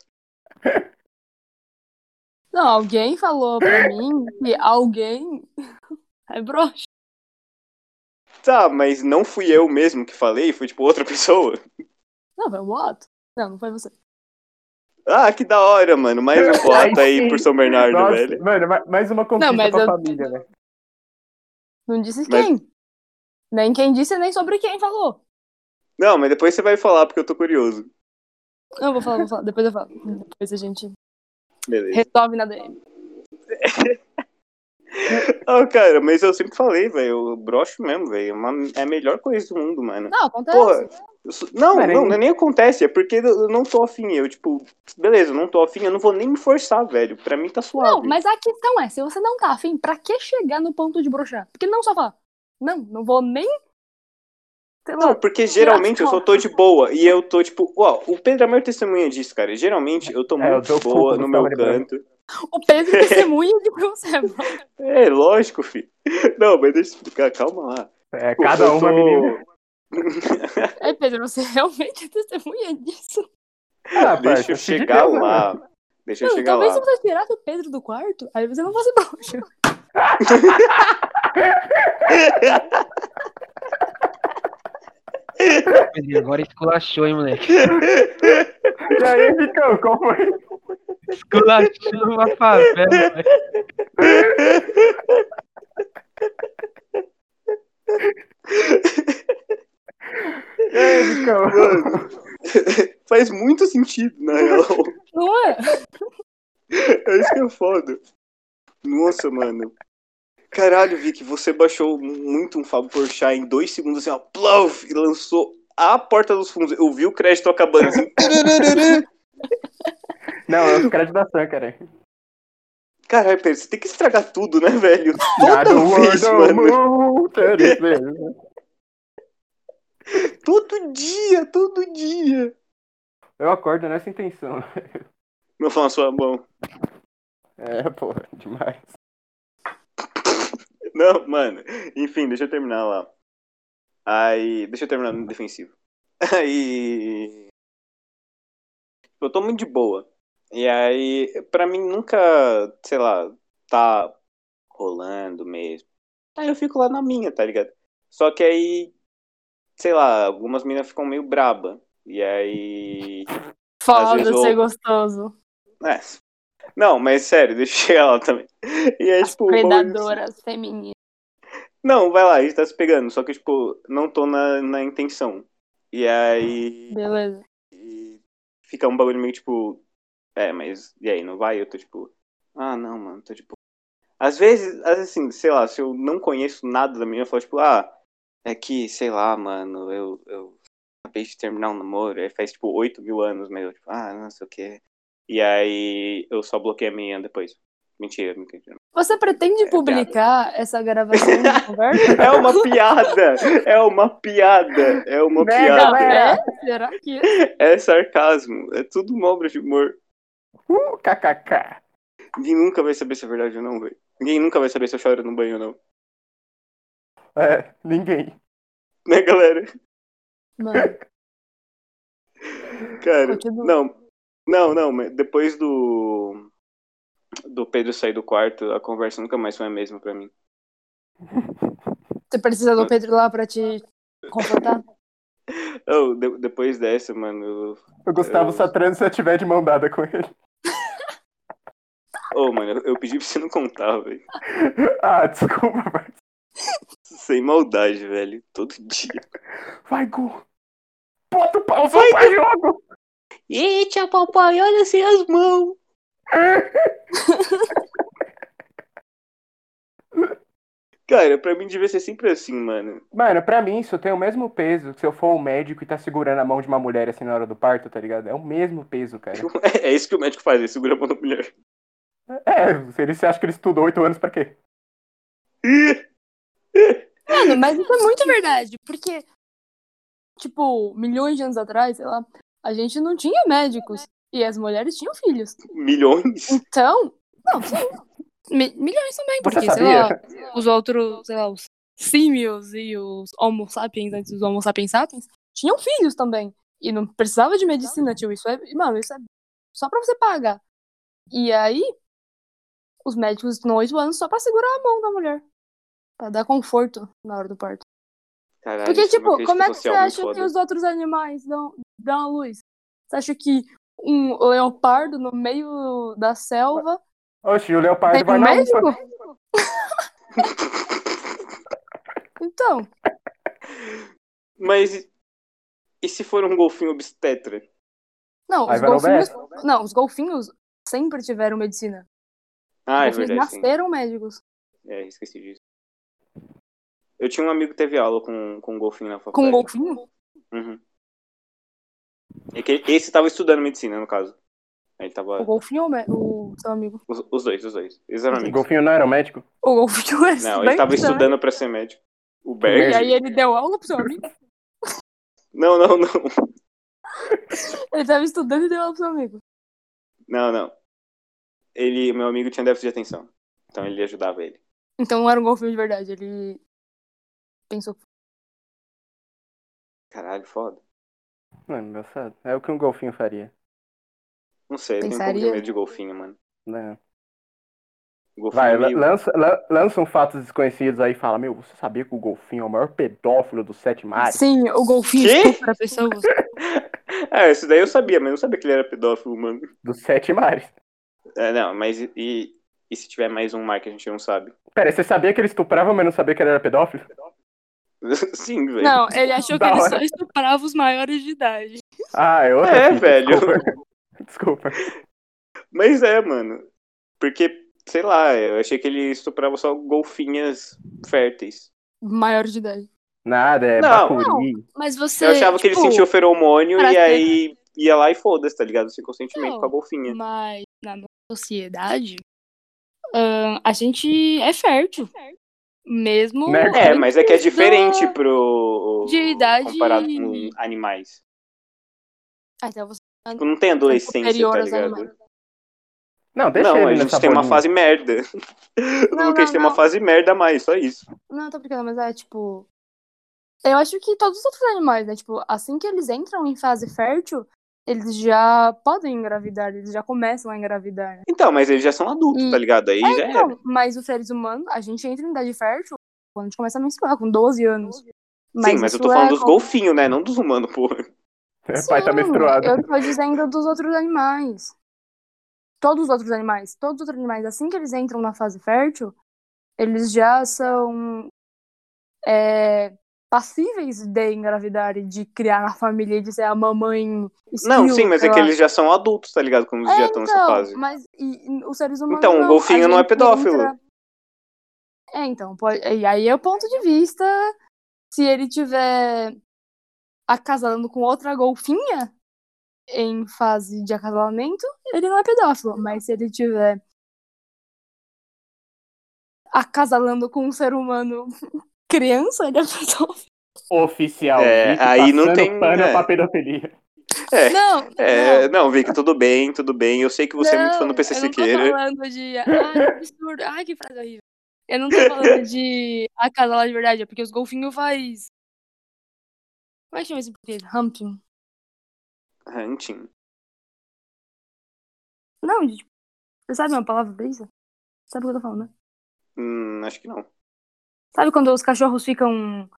C: Não, alguém falou pra mim que alguém é broxa.
A: Tá, mas não fui eu mesmo que falei, foi tipo outra pessoa.
C: Não, foi um boato. Não, não foi você.
A: Ah, que da hora, mano. Mais um boato aí por São Bernardo,
E: Nossa,
A: velho.
E: Mano, ma- mais uma conquista
C: Não, mas
E: pra
C: eu-
E: família, né?
C: Não disse
A: Mas-
C: quem. Nem quem disse, nem sobre quem falou.
A: Não, mas depois você vai falar porque eu tô curioso.
C: Não, vou falar, vou falar. Depois eu falo. Depois a gente
A: Beleza.
C: resolve na DM.
A: Ah, cara, mas eu sempre falei, velho, eu broxo mesmo, velho. é uma- É a melhor coisa do mundo, mano.
C: Não, acontece.
A: Porra, eu sou- não,
E: Cara,
A: não,
E: hein?
A: não, nem acontece, é porque eu não tô afim. Eu, tipo, beleza, eu não tô afim, eu não vou nem me forçar, velho. Pra mim tá suave.
C: Não, mas a questão é, se você não tá afim, pra que chegar no ponto de broxar? Porque não só falar, não, não vou nem... Sei lá,
A: Não, porque geralmente eu só tô de boa. E eu tô, tipo, ó, o Pedro é a maior testemunha disso, cara. Geralmente eu tô
E: É, eu
A: muito
E: tô
A: de boa
E: puto
A: no
E: com
A: meu
E: o Pedro.
A: canto.
C: o Pedro é testemunha de que você é broxa.
A: É, lógico, filho. Não, mas deixa eu explicar, calma lá.
E: É, cada uma menina.
C: Ai, Pedro, você realmente é testemunha disso?
E: Ah,
A: Deixa eu
E: se de
A: chegar
E: Deus, né,
A: lá.
E: mano?
A: Deixa eu
C: Não,
A: chegar
C: talvez
A: lá.
C: se você tirasse o Pedro do quarto, aí você não fosse broxa.
D: Pedrinho, Agora esculachou, hein, moleque?
E: E aí, Vitão, qual foi?
D: Esculachou uma favela, velho.
E: E aí, Vitão?
A: Faz muito sentido, na real.
C: Não é?
A: É isso que é foda. Nossa, mano. Caralho, Vicky, você baixou muito um Fábio Porchat em dois segundos, assim, ó, plof, e lançou a porta dos fundos. Eu vi o crédito acabando, assim. tarararara.
E: Não, é os créditos da Sam, cara.
A: Caralho, Pedro, você tem que estragar tudo, né, velho?
E: Nada, um
A: vez, mano.
E: mano.
A: Todo dia, todo dia.
E: Eu acordo nessa intenção.
A: Meu fã, sua mão.
E: É, porra, demais.
A: Não, mano. Enfim, deixa eu terminar lá. Aí. Deixa eu terminar no defensivo. Aí. Eu tô muito de boa. E aí, pra mim nunca, sei lá, tá rolando mesmo. Aí eu fico lá na minha, tá ligado? Só que aí, sei lá, algumas meninas ficam meio braba. E aí. vezes
C: Foda-se,
A: eu-
C: gostoso.
A: É. Não, mas sério, deixa eu chegar lá também. E aí,
C: As
A: tipo. o bagulho-
C: predadoras femininas.
A: Não, vai lá, a gente tá se pegando, só que, tipo, não tô na, na intenção. E aí.
C: Beleza.
A: e Fica um bagulho meio tipo. É, mas e aí, não vai? Eu tô tipo. Ah, não, mano, tô tipo. Às vezes, às vezes, assim, sei lá, se eu não conheço nada da menina, eu falo, tipo, ah, é que, sei lá, mano, eu, eu acabei de terminar um namoro, aí faz tipo 8 mil anos, mas eu, tipo, ah, não sei o quê. E aí eu só bloqueei a menina depois. Mentira, mentira.
C: Você pretende
A: piada.
C: publicar essa gravação de conversa?
A: É uma piada! É uma piada! É uma
E: Né,
A: piada!
E: galera?
C: É? Será que...
A: É sarcasmo. É tudo uma obra de humor.
E: Uh, kkk.
A: Ninguém nunca vai saber se é verdade ou não, velho. Ninguém nunca vai saber se eu choro no banho ou não.
E: É, ninguém.
A: Né, galera?
C: Mano,
A: Cara,
C: continua.
A: não. Não, não, mas depois do. Do Pedro sair do quarto, a conversa nunca mais foi a mesma pra mim.
C: Você precisa do Pedro lá pra te confortar?
A: Oh, de- depois dessa, mano. eu-
E: O Gustavo
A: Eu-
E: Satrano se eu tiver de mão dada com ele.
A: Oh, mano, eu, eu pedi pra você não contar, velho.
E: Ah, desculpa, mas...
A: Sem maldade, velho. Todo dia.
E: Vai, Gu. Bota o pauzão pra jogo.
A: Ih, tia papai, olha sem as mãos.
E: É.
A: Cara, pra mim devia ser sempre assim, mano.
E: Mano, pra mim isso tem o mesmo peso que se eu for um médico e tá segurando a mão de uma mulher assim na hora do parto, tá ligado? É o mesmo peso, cara.
A: É isso que o médico faz, ele segura a mão da mulher.
E: É, se ele se acha que ele estudou oito anos pra quê?
C: Mano, mas isso é muito verdade, porque, tipo, milhões de anos atrás, sei lá, A gente não tinha médicos. E as mulheres tinham filhos.
A: Milhões?
C: Então, não, sim. Mi- milhões também,
E: Você
C: porque, sei
E: sabia?
C: lá, os outros, sei lá, os símios e os homo sapiens, antes dos homo sapiens sapiens, tinham filhos também. E não precisava de medicina, tio. Isso é, mano, isso é só pra você pagar. E aí, os médicos tinham oito anos só pra segurar a mão da mulher. Pra dar conforto na hora do parto.
A: Caralho,
C: Porque,
A: isso é uma
C: tipo,
A: crítica
C: como é que você
A: social muito
C: acha que
A: foda.
C: os outros animais dão, dão a luz? Você acha que um leopardo no meio da selva
E: Oxi, o Leopardo
C: tem
E: vai
C: um
E: na
C: médico?
E: UPA.
C: então,
A: Mas e- e se for um golfinho obstetra?
C: não,
E: Aí vai
C: os
E: no
C: golfinhos, não, os golfinhos sempre tiveram medicina.
A: Ah, é
C: os golfinhos
A: verdade, sim.
C: nasceram médicos.
A: É, esqueci disso. Eu tinha um amigo que teve aula com, com um golfinho na
C: Com um
A: faculdade.
C: golfinho?
A: Uhum. É que esse tava estudando medicina, no caso. Aí ele
C: O
A: tava.
C: golfinho é o, mé- o seu amigo.
A: Os, os dois, os dois. Eles eram
E: O
A: amigos.
E: golfinho não era um médico?
C: O golfinho é
A: Não, ele tava
C: estudante, né?
A: estudando pra ser médico. O
C: E
A: Berg.
C: aí ele deu aula pro seu amigo?
A: Não, não, não.
C: Ele tava estudando e deu aula pro seu amigo.
A: Não, não. Ele, meu amigo tinha déficit de atenção. Então ele ajudava ele.
C: Então não era um golfinho de verdade, ele pensou.
A: Caralho, foda.
E: Não, engraçado. É o que um golfinho faria.
A: Não sei, eu tenho um pouco
C: Pensaria?
A: de medo de golfinho, mano.
E: né?
A: Golfinho
E: Vai,
A: é meio-
E: lança, lan- lança um fatos desconhecidos aí e fala: Meu, você sabia que o golfinho é o maior pedófilo dos sete mares?
C: Sim, o golfinho
A: Quê?
C: estupra pessoas.
A: É, isso daí eu sabia, mas eu não sabia que ele era pedófilo, mano.
E: Dos sete mares.
A: É, não, mas e- e, e se tiver mais um mar que a gente não sabe?
E: Pera, você sabia que ele estuprava, mas não sabia que ele era pedófilo?
A: Sim, velho.
C: Não, ele achou que
E: Da
C: ele
E: hora.
C: só estuprava os maiores de idade.
E: Ah, é outra.
A: É,
E: fita,
A: velho.
E: Desculpa. Desculpa.
A: Mas é, mano. Porque, sei lá, eu achei que ele estuprava só golfinhas férteis.
C: Maior de idade.
E: Nada, é
A: Não.
E: bacuri.
C: Mas você.
A: eu achava que ele
C: tipo,
A: sentiu feromônio
C: pra
A: e
C: ter-
A: aí ia lá e foda-se, tá ligado? Sem consentimento
C: Não.
A: com a golfinha.
C: Mas na nossa sociedade, ahn, a gente é fértil. Mesmo.
E: Né?
A: É, mas é que é
C: antes da-
A: diferente pro.
C: de idade-
A: Comparado com animais.
C: Ah, então você
A: Tipo, não tem adolescência,
C: Superior
A: tá
C: aos
A: ligado?
C: animais.
E: Não, deixa
A: Não,
E: ele
A: a
E: nessa
A: gente tem uma
E: bolinha.
A: fase merda.
C: Não,
A: o Lucas
C: não,
A: tem uma
C: não.
A: fase merda a mais, só isso.
C: Não, tô brincando, mas é tipo. Eu acho que todos os outros animais, né? Tipo, assim que eles entram em fase fértil, eles já podem engravidar, eles já começam a engravidar. né?
A: Então, mas eles já são adultos,
C: Hum.
A: tá ligado? Aí já era.
C: Não, mas os seres humanos, a gente entra em idade fértil quando a gente começa a menstruar, com 12 anos.
A: Sim, mas eu
C: isso
A: tô falando
C: é
A: dos
C: como-
A: golfinhos, né? Não dos humanos, porra.
E: É, pai tá
C: Sim,
E: menstruado.
C: Eu tô dizendo dos outros animais. Todos os outros animais. Todos os outros animais, assim que eles entram na fase fértil, eles já são é, passíveis de engravidar e de criar a família e de ser a mamãe.
A: Não,
C: esquilo,
A: sim, mas
C: sei
A: é que
C: lá.
A: eles já são adultos, tá ligado? Quando eles já estão nessa
C: Então,
A: fase.
C: Mas e- e os seres humanos.
A: Então, o
C: não.
A: golfinho
C: A
A: não é
C: gente
A: pedófilo.
C: entra- É, então, pode... e aí é o ponto de vista. Se ele tiver acasalando com outra golfinha em fase de acasalamento, ele não é pedófilo. Mas se ele tiver acasalando com um ser humano criança, ele é pedófilo.
E: Oficial.
A: É,
E: Vic,
A: aí não
E: passando
A: tem-
E: Pano
A: é.
E: pra pedofilia.
A: É.
C: Não,
A: É,
C: não.
A: não, Vic, tudo bem, tudo bem. Eu sei que você é muito fã do PC
C: eu não tô
A: Siqueira.
C: falando de. Ai, que absurdo. Ai, que frase horrível. Eu não tô falando de acasalar de verdade, é porque os golfinhos faz. Como é que chama isso em português? Humping.
A: Ah, Hunting.
C: Não, gente. Você sabe uma palavra pra isso? Sabe o que eu tô falando, né?
A: Hum, acho que não.
C: Sabe quando os cachorros ficam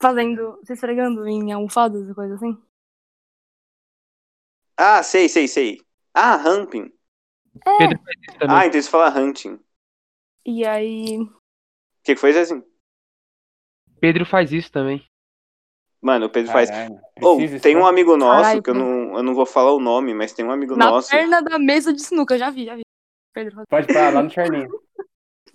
C: fazendo. se esfregando em almofadas e coisa assim?
A: Ah, sei, sei, sei. Ah, humping.
D: Pedro faz isso também.
A: Ah, então você fala hunting. O
C: E aí.
A: que, que foi, Zezinho?
D: Pedro faz isso também.
A: Mano, o Pedro faz.
E: Caralho,
A: Ou,
E: precisa
A: tem um
E: estudar.
A: amigo nosso,
C: Caralho,
A: que eu
C: Pedro.
A: não, eu não vou falar o nome, mas tem um amigo
C: na
A: nosso.
C: perna da mesa de sinuca, já vi, já vi. Pedro faz-
E: Pode parar lá no Charlinho.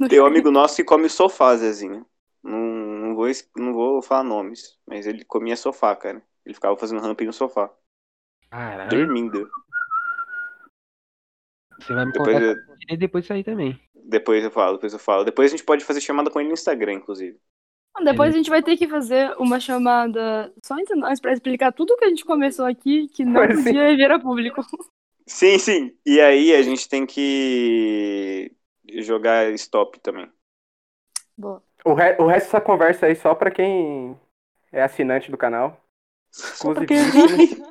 A: Tem um amigo nosso que come sofá, Zezinho. Não, não, vou, es- não vou falar nomes, mas ele comia sofá, cara. Ele ficava fazendo humping no sofá,
B: É?
D: Caralho,
A: dormindo.
D: você vai me
A: Depois
D: contar
A: eu,
D: e depois disso aí também.
A: Depois eu falo, depois eu falo. Depois a gente pode fazer chamada com ele no Instagram, inclusive.
C: Depois a gente vai ter que fazer uma chamada só entre nós pra explicar tudo que a gente começou aqui que não
B: Pois é.
C: podia vir a público.
A: Sim, sim. E aí a gente tem que jogar stop também.
C: Boa.
B: O, re- o resto dessa conversa aí só pra quem é assinante do canal.
A: Só
B: Inclusive,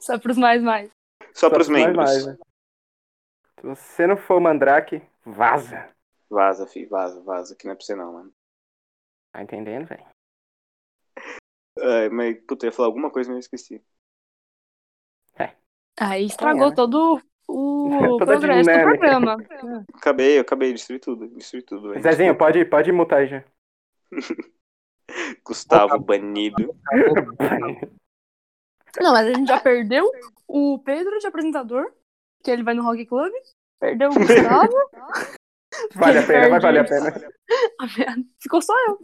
C: Só pros mais mais.
A: pros membros.
B: né? Se você não for mandrake, vaza.
A: Vaza, fi, vaza, vaza, que não é pra você não, mano.
B: Tá entendendo, velho?
A: Ai, É, mas, puta, eu ia falar alguma coisa, mas eu esqueci.
C: Aí estragou
B: É, né?
C: todo o
B: Toda a
C: progresso do
B: dinâmica.
C: programa.
A: Acabei, eu acabei, destruí tudo, destruí tudo. velho.
B: Zezinho, pode, pode mutar aí já.
A: Gustavo, banido.
C: Não, mas a gente já perdeu o Pedro de apresentador, que ele vai no Rock Club. Perdeu o Gustavo.
B: Vale a pena, vai
C: Perde.
B: valer a pena.
C: Ah, merda. Ficou só eu.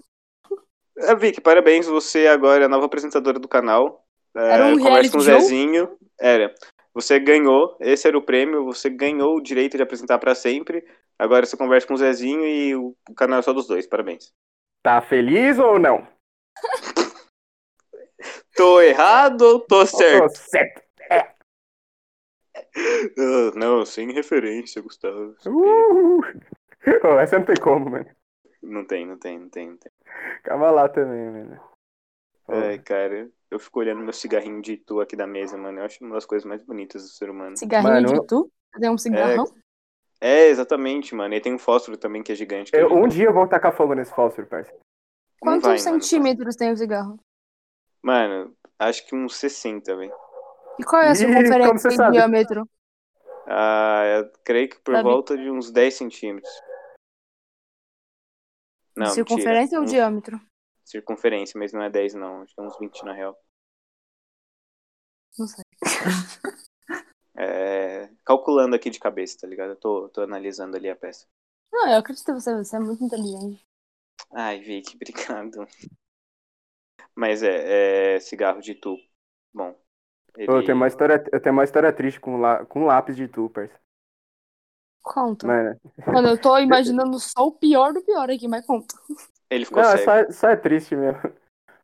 A: Ah, Vicky, parabéns, você agora é a nova apresentadora do canal. É,
C: Era um
A: conversa com o
C: reality show?
A: Zezinho. Era. Você ganhou, esse era o prêmio, você ganhou o direito de apresentar pra sempre. Agora você conversa com o Zezinho e o o canal é só dos dois, parabéns.
B: Tá feliz ou não?
A: Tô errado ou tô certo?
B: Tô certo.
A: Ah, não, sem referência, Gustavo.
C: Uh!
B: Uhul. Uh! Ô, essa não tem como, mano.
A: Não tem, não tem, não tem, não tem.
B: Calma lá também, mano. Ô,
C: Ah.
A: Ai, cara, eu fico olhando meu cigarrinho de tu aqui da mesa, mano. Eu acho uma das coisas mais bonitas do ser humano.
C: Cigarrinho
B: Mano,
C: de tu. Cadê um cigarrão?
A: É, exatamente, mano. E tem um fósforo também que é gigante. que
B: eu-
A: não
B: um dia eu vou tacar fogo nesse fósforo, parceiro.
C: Quantos
A: vai, mano.
C: centímetros tem o cigarro?
A: Mano. acho que uns 60, velho.
C: E qual é a sua
B: Ih, como você
C: conferência de
B: sabe?
C: diâmetro?
A: Ah, eu creio que por
C: Sabe?
A: volta de uns 10 centímetros. Não, mentira.
C: Circunferência ou
A: Um-
C: diâmetro?
A: Circunferência, mas não é 10, não. Acho que é uns 20, na real.
C: Não sei.
A: É, calculando aqui de cabeça, tá ligado? Eu tô, tô analisando ali a peça.
C: Não, eu acredito em você, você é muito inteligente.
A: Ai, Vic, obrigado. Mas é, é cigarro de tu. Bom. Ele...
B: Ô, eu, tenho uma história, eu tenho uma história triste com, lá, com lápis de tu, parceiro.
C: Conta.
B: Mano,
C: Mano, eu tô imaginando só o pior do pior aqui, mas conta.
A: ele ficou
B: Não, é
A: cego.
B: só, só é triste mesmo.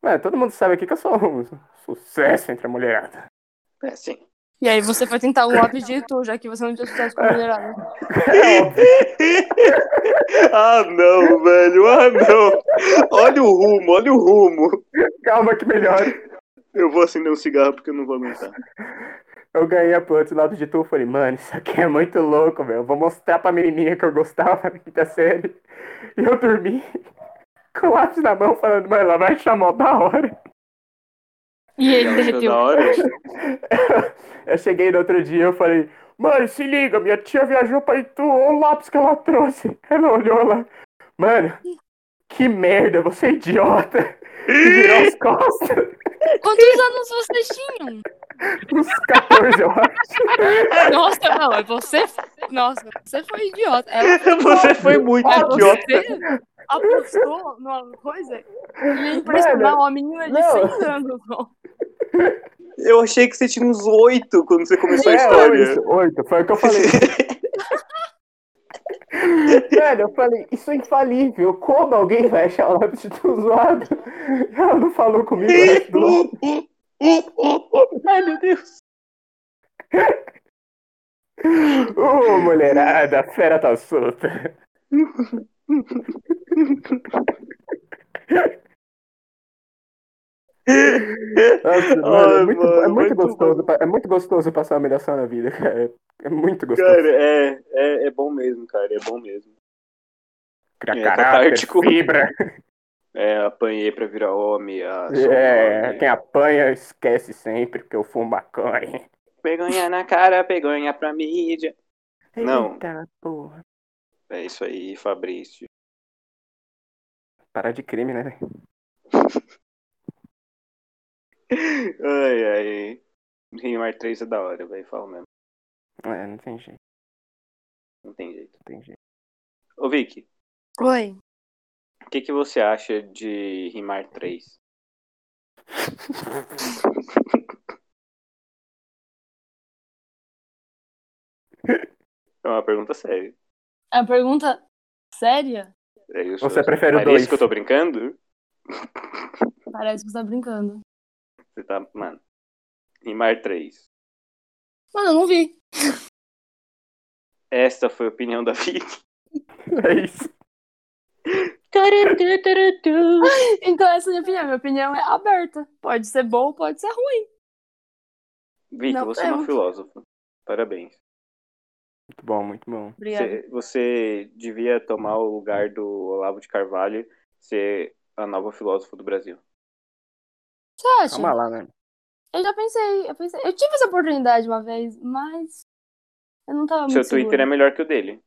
B: Mano, todo mundo sabe aqui que eu sou um sucesso entre a mulherada.
A: É, sim.
C: E aí você vai tentar um lápis de tu, já que você não tinha sucesso com mulherada.
A: É ah, não, velho. Ah, não. Olha o rumo, olha o rumo.
B: Calma que melhor.
A: Eu vou acender um cigarro porque eu não vou aguentar.
B: Eu ganhei a porra do lápis de tu. Falei, mano, isso aqui é muito louco, velho. Eu vou mostrar pra menininha que eu gostava na quinta série. E eu dormi com o lápis na mão, falando, mano, ela vai chamar da hora.
C: E ele
A: Achou
C: derreteu.
A: da hora?
B: Eu cheguei no outro dia eu falei, mano, se liga, minha tia viajou pra Itu, olha o lápis que ela trouxe. Ela olhou lá, mano, que merda, você é idiota. E virou as costas,
C: Quantos anos vocês tinham?
B: uns 14, eu acho.
C: Nossa, não, é você. Nossa, você foi idiota. Ela
A: Você foi muito
C: Ah,
A: idiota.
C: Você apostou numa coisa que ia impressionar uma menina de
B: não.
C: 6 anos. não.
A: Eu achei que você tinha uns oito quando você começou a
B: É,
A: história.
B: isso, oito, foi o que eu falei. Mano, eu falei, isso é infalível, como alguém vai achar o lápis de tu zoado? Ela não falou comigo, ela estudou.
A: Ai, meu Deus.
B: Ô, mulherada, a fera tá solta. Nossa, mano,
A: Ai,
B: é muito,
A: mano,
B: é muito
A: muito
B: gostoso,
A: bom.
B: pa- é muito gostoso passar humilhação na vida, cara. É muito gostoso.
A: Cara, é, é, é bom mesmo, cara. É bom mesmo.
B: Cra-
A: é
B: caráter,
A: catártico.
B: fibra.
A: É, apanhei pra virar homem. Ah,
B: É, quem apanha esquece sempre, porque eu fumo maconha.
A: Pegonha na cara, pegonha pra mídia. Não.
B: Eita, porra.
A: É isso aí, Fabrício.
B: Parar de crime, né? velho?
A: Ai, ai. Rimar 3 é da hora, velho. Falo mesmo.
B: É, não tem jeito,
A: Não tem jeito.
B: não tem jeito.
A: Ô, Vicky,
C: Oi.
A: o que, que você acha de rimar 3? É uma pergunta séria.
C: É uma pergunta séria?
A: É isso.
B: Você prefere o
A: Parece
B: dois?
A: que eu tô brincando?
C: Parece que você tá brincando.
A: Você tá, mano. Rimar 3.
C: Mano, eu não vi.
A: Esta foi a opinião da Vicky.
B: É isso.
C: Então essa é a minha opinião. Minha opinião é aberta. Pode ser bom, pode ser ruim.
A: Vicky,
C: Não
A: você é uma
C: temos.
A: filósofa. Parabéns.
B: Muito bom, muito bom.
C: Obrigada.
A: Você, você devia tomar o lugar do Olavo de Carvalho, ser a nova filósofa do Brasil.
C: Você acha?
F: Calma lá, né?
C: Eu já pensei, eu pensei. Eu tive essa oportunidade uma vez, mas eu não tava
A: Seu
C: muito
A: Twitter é
C: segura.
A: melhor que o dele.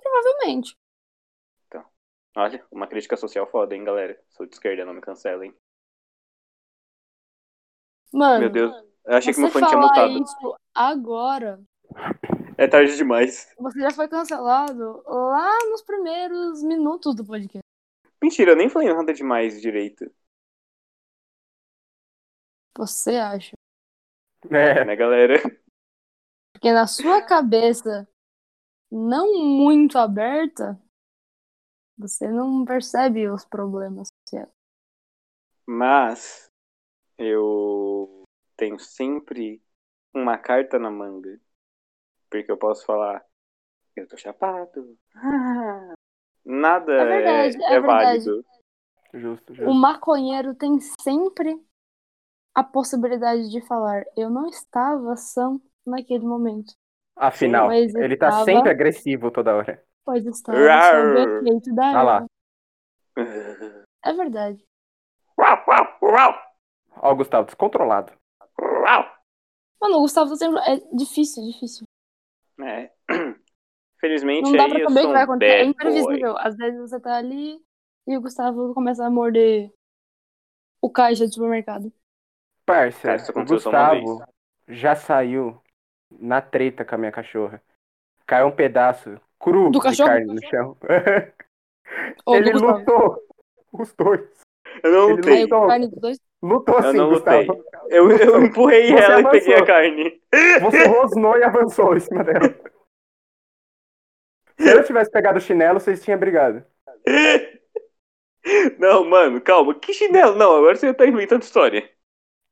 C: Provavelmente.
A: Olha, uma crítica social foda, hein, galera. Sou de esquerda, não me cancelem.
C: Mano,
A: Meu Deus. Eu achei que
C: você
A: meu fone tinha
C: falar
A: mutado.
C: isso agora,
A: É tarde demais.
C: você já foi cancelado lá nos primeiros minutos do podcast.
A: Mentira, eu nem falei nada demais direito.
C: Você acha?
B: É,
A: Né, galera?
C: Porque na sua cabeça não muito aberta, você não percebe os problemas sociais.
A: Mas eu tenho sempre uma carta na manga. Porque eu posso falar, eu tô chapado. Ah, Nada
C: É verdade, é verdade.
A: válido.
B: justo, justo.
C: é. O maconheiro tem sempre a possibilidade de falar, eu não estava são naquele momento.
B: Afinal,
C: Mas eu
B: ele tá
C: tava-
B: sempre agressivo toda hora.
C: Pois está,
A: Rar.
C: sob o efeito da
B: Ah lá.
C: erva. É verdade.
B: Ó, o Gustavo, descontrolado.
C: Mano, o Gustavo tá sempre. É difícil, difícil.
A: É. Felizmente
C: Não dá
A: aí
C: pra
A: eu
C: saber o
A: sou
C: que vai
A: um
C: acontecer. É
A: bad boy.
C: imprevisível. Às vezes você tá ali e o Gustavo começa a morder o caixa do supermercado.
B: Parça,
A: Cara, isso
B: o
A: aconteceu só uma
B: Gustavo já saiu na treta com a minha cachorra. Caiu um pedaço cru
C: Do
B: de
C: cachorro?
B: carne no chão.
C: Ou
B: ele
C: do Gustavo.
B: lutou. Os dois.
A: Eu não
B: Ele
A: lutei.
C: Aí, o carne dos dois.
B: Lutou
A: Eu
B: assim,
A: não lutei.
B: Gustavo.
A: Eu, eu empurrei
B: Você
A: ela e peguei a
B: avançou.
A: carne.
B: Você rosnou e avançou em cima dela. Se eu tivesse pegado o chinelo, vocês tinham brigado.
A: Não, mano, calma. Que chinelo? Não, agora você tá inventando história.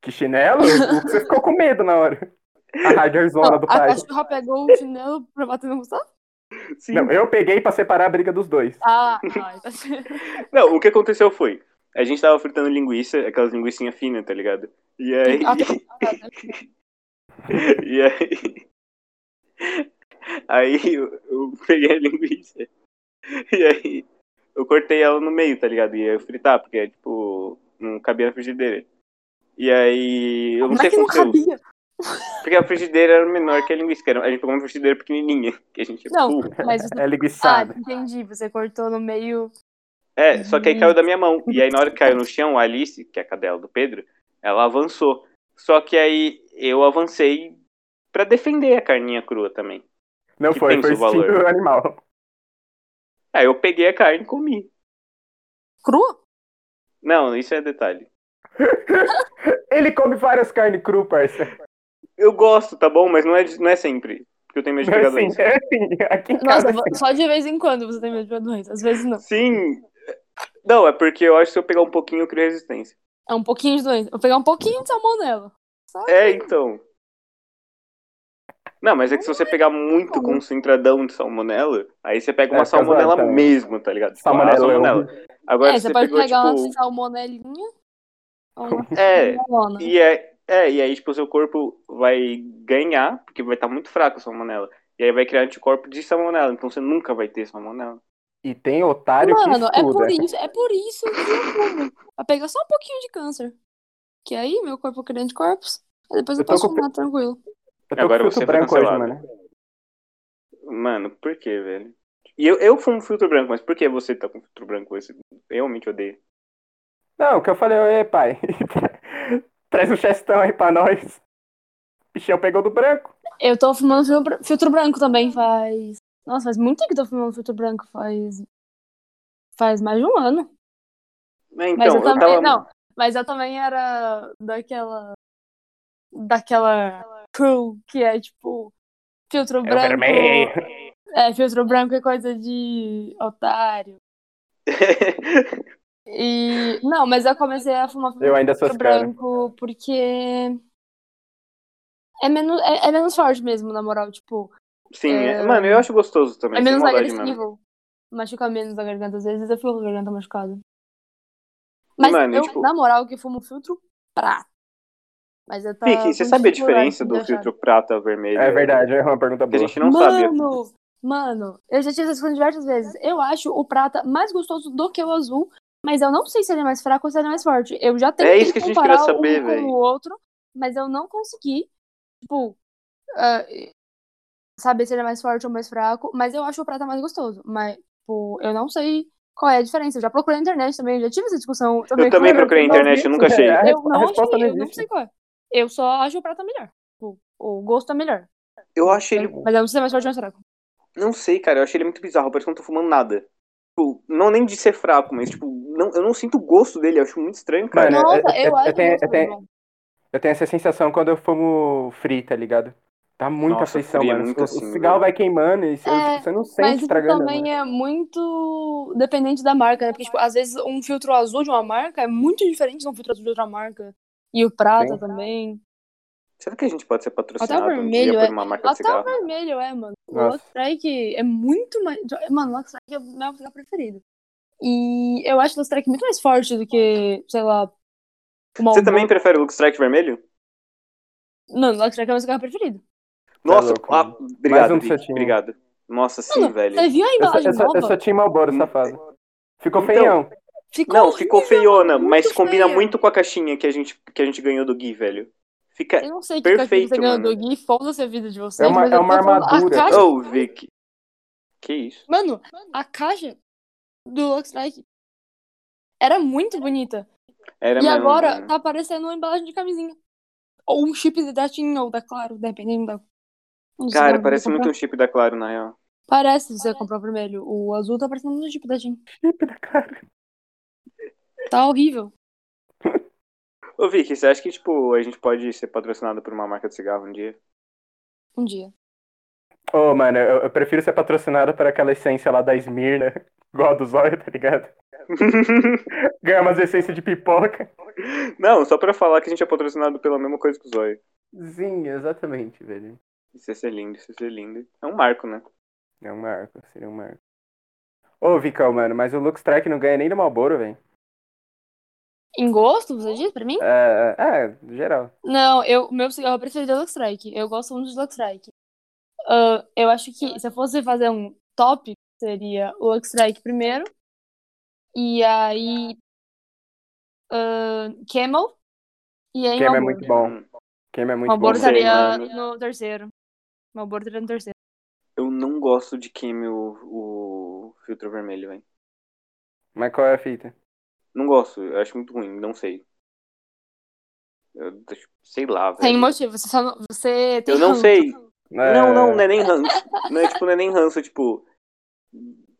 B: Que chinelo? Você ficou com medo na hora. A Raiderzona
C: Não,
B: do
C: a
B: pai.
C: assim, cachorra pegou o chinelo pra bater no Gustavo?
A: Sim.
B: Não, eu peguei pra separar a briga dos dois.
C: Ah, ah, tá certo.
A: Não, o que aconteceu foi, a gente tava fritando linguiça, aquelas linguiçinhas finas, tá ligado? E aí,
C: Ah, tá, ah, tá, tá.
A: e aí, aí eu, eu peguei a linguiça, e aí eu cortei ela no meio, tá ligado? Ia fritar, porque, tipo, não cabia na frigideira. E aí, eu não
C: Como
A: sei
C: é
A: o que
C: que não
A: aconteceu,
C: cabia?
A: porque a frigideira era menor que a linguiça, que era- a gente pegou uma frigideira pequenininha, que a gente é
C: Não,
A: burro.
C: mas você.
B: É
C: Ah,
B: linguiçada.
C: entendi. Você cortou no meio.
A: É, só que aí caiu da minha mão. E aí na hora que caiu no chão, a Alice, que é a cadela do Pedro, ela avançou. Só que aí eu avancei pra defender a carninha crua também.
C: Ah,
B: Não
A: que
B: foi,
A: tem
B: foi
A: seu valor.
B: instinto animal.
A: Aí eu peguei a carne e comi.
C: Crua?
A: Não, isso é detalhe.
B: Ele come várias carnes cru, parça.
A: Eu gosto, tá bom? Mas não é, não é sempre. Porque eu tenho medo de
B: É
A: pegar
B: assim,
A: doença.
B: é assim. Aqui em casa.
C: Nossa, só de vez em quando você tem medo de uma doença. Às vezes não.
A: Sim. Não, é porque eu acho que se eu pegar um pouquinho, eu crio resistência.
C: É um pouquinho de doença. Vou pegar um pouquinho de salmonela. Só
A: É, então. Não, mas é que se você pegar muito concentradão de salmonela, aí você pega uma
B: É, fica zoado
A: salmonela
B: também.
A: mesmo, tá ligado? Tipo, ah,
B: Salmonela.
A: Agora
C: é,
A: se
C: você
A: você
C: pode
A: pegou,
C: pegar
A: tipo,
C: uma salmonelinha ou uma
A: É,
C: salmonelona.
A: E é, é, e aí, tipo, o seu corpo vai ganhar, porque vai estar muito fraco a salmonela. E aí vai criar anticorpo de salmonela, então você nunca vai ter salmonela.
B: E tem otário
C: Mano,
B: que
C: é por
B: estuda.
C: isso, é por isso que eu fumo. Pra pegar só um pouquinho de câncer. Que aí meu corpo cria anticorpos. Aí depois eu,
B: Eu tô
C: posso
B: com-
C: fumar tranquilo.
B: Eu tô
A: Agora
B: com
A: você foi
B: filtro branco hoje,
A: cancelado.
B: mano.
A: Mano, por que, velho? E eu, eu fumo filtro branco, mas por que você tá com filtro branco? Esse, realmente odeio.
B: Não, o que eu falei, ei, pai. Traz um chestão aí pra nós. Bichão pegou do branco.
C: Eu tô fumando filtro bran- filtro branco também faz. Nossa, faz muito tempo que eu tô fumando filtro branco. Faz. Faz mais de um ano.
A: É, então,
C: Mas eu, também.
A: tava.
C: Não, mas eu também era daquela. Daquela crew que é tipo. Filtro
B: É o
C: branco.
B: vermelho.
C: É, filtro branco é coisa de otário. E. Não, mas eu comecei a fumar
B: Eu ainda sou
C: filtro
B: esse cara.
C: É branco porque. É menos, é, é menos forte mesmo, na moral. Tipo,
A: Sim,
C: É.
A: é- mano, eu acho gostoso também.
C: é
A: sem
C: menos
A: maldade mesmo.
C: agressivo. Machuca menos a garganta. Às vezes eu fico com a garganta machucada. Mas
A: Mano, e
C: eu,
A: tipo-
C: na moral, que fumo filtro prata. Mas eu tá
A: Vicky, você
C: com
A: sabe a
C: dificuldade
A: diferença
C: de
A: do
C: achar.
A: filtro prata vermelho?
B: É verdade, é uma pergunta
A: Que a
B: boa.
A: gente não sabia.
C: mano, mano, eu já tive essa discussão diversas vezes. Eu acho o prata mais gostoso do que o azul, mas eu não sei se ele é mais fraco ou se ele é mais forte. Eu já tentei
A: isso que a gente
C: comparar
A: queria saber,
C: um
A: véi.
C: com o outro, mas eu não consegui, tipo, ah, saber se ele é mais forte ou mais fraco, mas eu acho o prata mais gostoso. Mas, tipo, eu não sei qual é a diferença. Eu já procurei na internet também, já tive essa discussão também.
A: Eu também
C: com-
A: procurei na
B: Não,
A: internet,
B: isso,
A: eu nunca achei.
B: velho. A
C: Eu
B: resp- a
C: não
B: resposta
C: achei,
B: não
C: eu não
B: existe.
C: sei qual é. Eu só acho o prata melhor. Tipo, o gosto é melhor.
A: Eu achei ele.
C: Mas eu não sei se é mais forte ou mais fraco.
A: Não sei, cara, eu achei ele muito bizarro, parece que eu não tô fumando nada. Tipo, não nem de ser fraco, mas, tipo, não, eu não sinto o gosto dele, eu acho muito estranho, cara.
B: Mano,
C: Nossa,
B: é- é-
C: eu
B: é-
C: acho
B: é- tem-
C: gostoso,
B: é- tem-
C: mano.
B: Eu tenho essa sensação quando eu fumo free, tá ligado? Dá muita
A: Nossa,
B: aflição,
A: free é
B: mano.
A: muito
B: o, o
A: assim,
B: cigarro
A: velho.
B: vai queimando e você,
C: É,
B: tipo, você não sente
C: Mas isso
B: estragando. né?
C: também
B: mano.
C: é muito dependente da marca, né? Porque, tipo, às vezes um filtro azul de uma marca é muito diferente de um filtro azul de outra marca. E o prata
B: Sim.
C: também.
A: Será que a gente pode ser patrocinado
C: Até o
A: um
C: vermelho,
A: dia
C: é.
A: por uma marca de
C: Até o
A: cigarro?
C: vermelho é, mano. O
B: Nossa.
C: Lucky Strike é muito mais. Mano, o Lucky Strike é o meu cigarro preferido. E eu acho o Lucky Strike muito mais forte do que, sei lá. O
A: Você
C: Marlboro.
A: também prefere o Lux Strike vermelho?
B: Tá
C: Mano, o Lucky Strike é o meu cigarro preferido.
A: Nossa,
B: louco,
A: ah,
B: mano. Mais
A: obrigado,
B: um
A: um
B: que você tinha.
A: obrigado. Nossa, sim,
C: Mano,
A: velho.
C: Você viu a
B: Eu sou,
C: embalagem
B: eu, sou, eu
C: é nova?
B: sou Tim Malboro, safado. Ficou
A: Então,
B: feião.
C: Ficou
A: Não, ficou
C: horrível,
A: feiona,
C: mano,
A: mas
C: muito
A: combina
C: feia.
A: muito com a caixinha que a gente, que a gente ganhou do Gui, velho. Fica.
C: Eu não sei o que é
A: Perfeito,
C: você ganhou do
A: mano.
C: Gui, foda-se a vida de vocês.
B: É uma-
C: mas eu
B: é uma
C: tô falando-
B: armadura,
C: A caixa,
A: Ô, Vic. Que isso?
C: Mano, a caixa do Lux Strike era muito bonita.
A: Era
C: e
A: mesmo, um- né?
C: agora
A: mano.
C: tá aparecendo uma embalagem de camisinha. Ou um chip da TIM ou da Claro, dependendo da. não sei
A: Cara,
C: se
A: parece
C: você comprou.
A: muito um chip da Claro, na real.
C: Parece se você comprar o vermelho. O azul tá parecendo um chip da TIM.
B: Chip da cara.
C: Tá horrível.
A: Ô, Vic, você acha que, tipo, a gente pode ser patrocinado por uma marca de cigarro um dia?
C: Um dia.
B: Ô, mano, eu, eu prefiro ser patrocinado por aquela essência lá da Esmirna, igual a do Zóio, tá ligado? Ganhar umas essências de pipoca.
A: Não, só pra falar que a gente é patrocinado pela mesma coisa que o Zóio.
B: Sim, exatamente, velho.
A: Isso ia ser lindo, isso ia ser lindo. É um marco, né?
B: É um marco, seria um marco. Ô, Vicão, mano, mas o Lux Strike não ganha nem do Malboro, velho.
C: Em gosto, você diz pra mim?
B: É, é, é, geral.
C: Não, eu, meu cigarro preferido é o Lucky Strike. Eu gosto muito de Lucky Strike. Ah, eu acho que se eu fosse fazer um top, seria o Lucky Strike primeiro. E aí. ah, Camel. E aí.
B: Queima é
C: Marlboro.
B: muito bom.
A: Hum,
B: Queima é muito
C: Marlboro
A: bom,
B: bom.
A: sei,
C: estaria
A: mano.
C: no terceiro. Malboro estaria no terceiro.
A: Eu não gosto de queime o, o filtro vermelho, velho.
B: Mas qual é a fita?
A: Não gosto, eu acho muito ruim, não sei. Eu- sei lá, velho.
C: Tem motivo, você só não, você tem
A: Eu não
C: ranço.
A: sei.
B: É,
A: Não, não, não é nem ranço. Não é, tipo, não é nem ranço, tipo.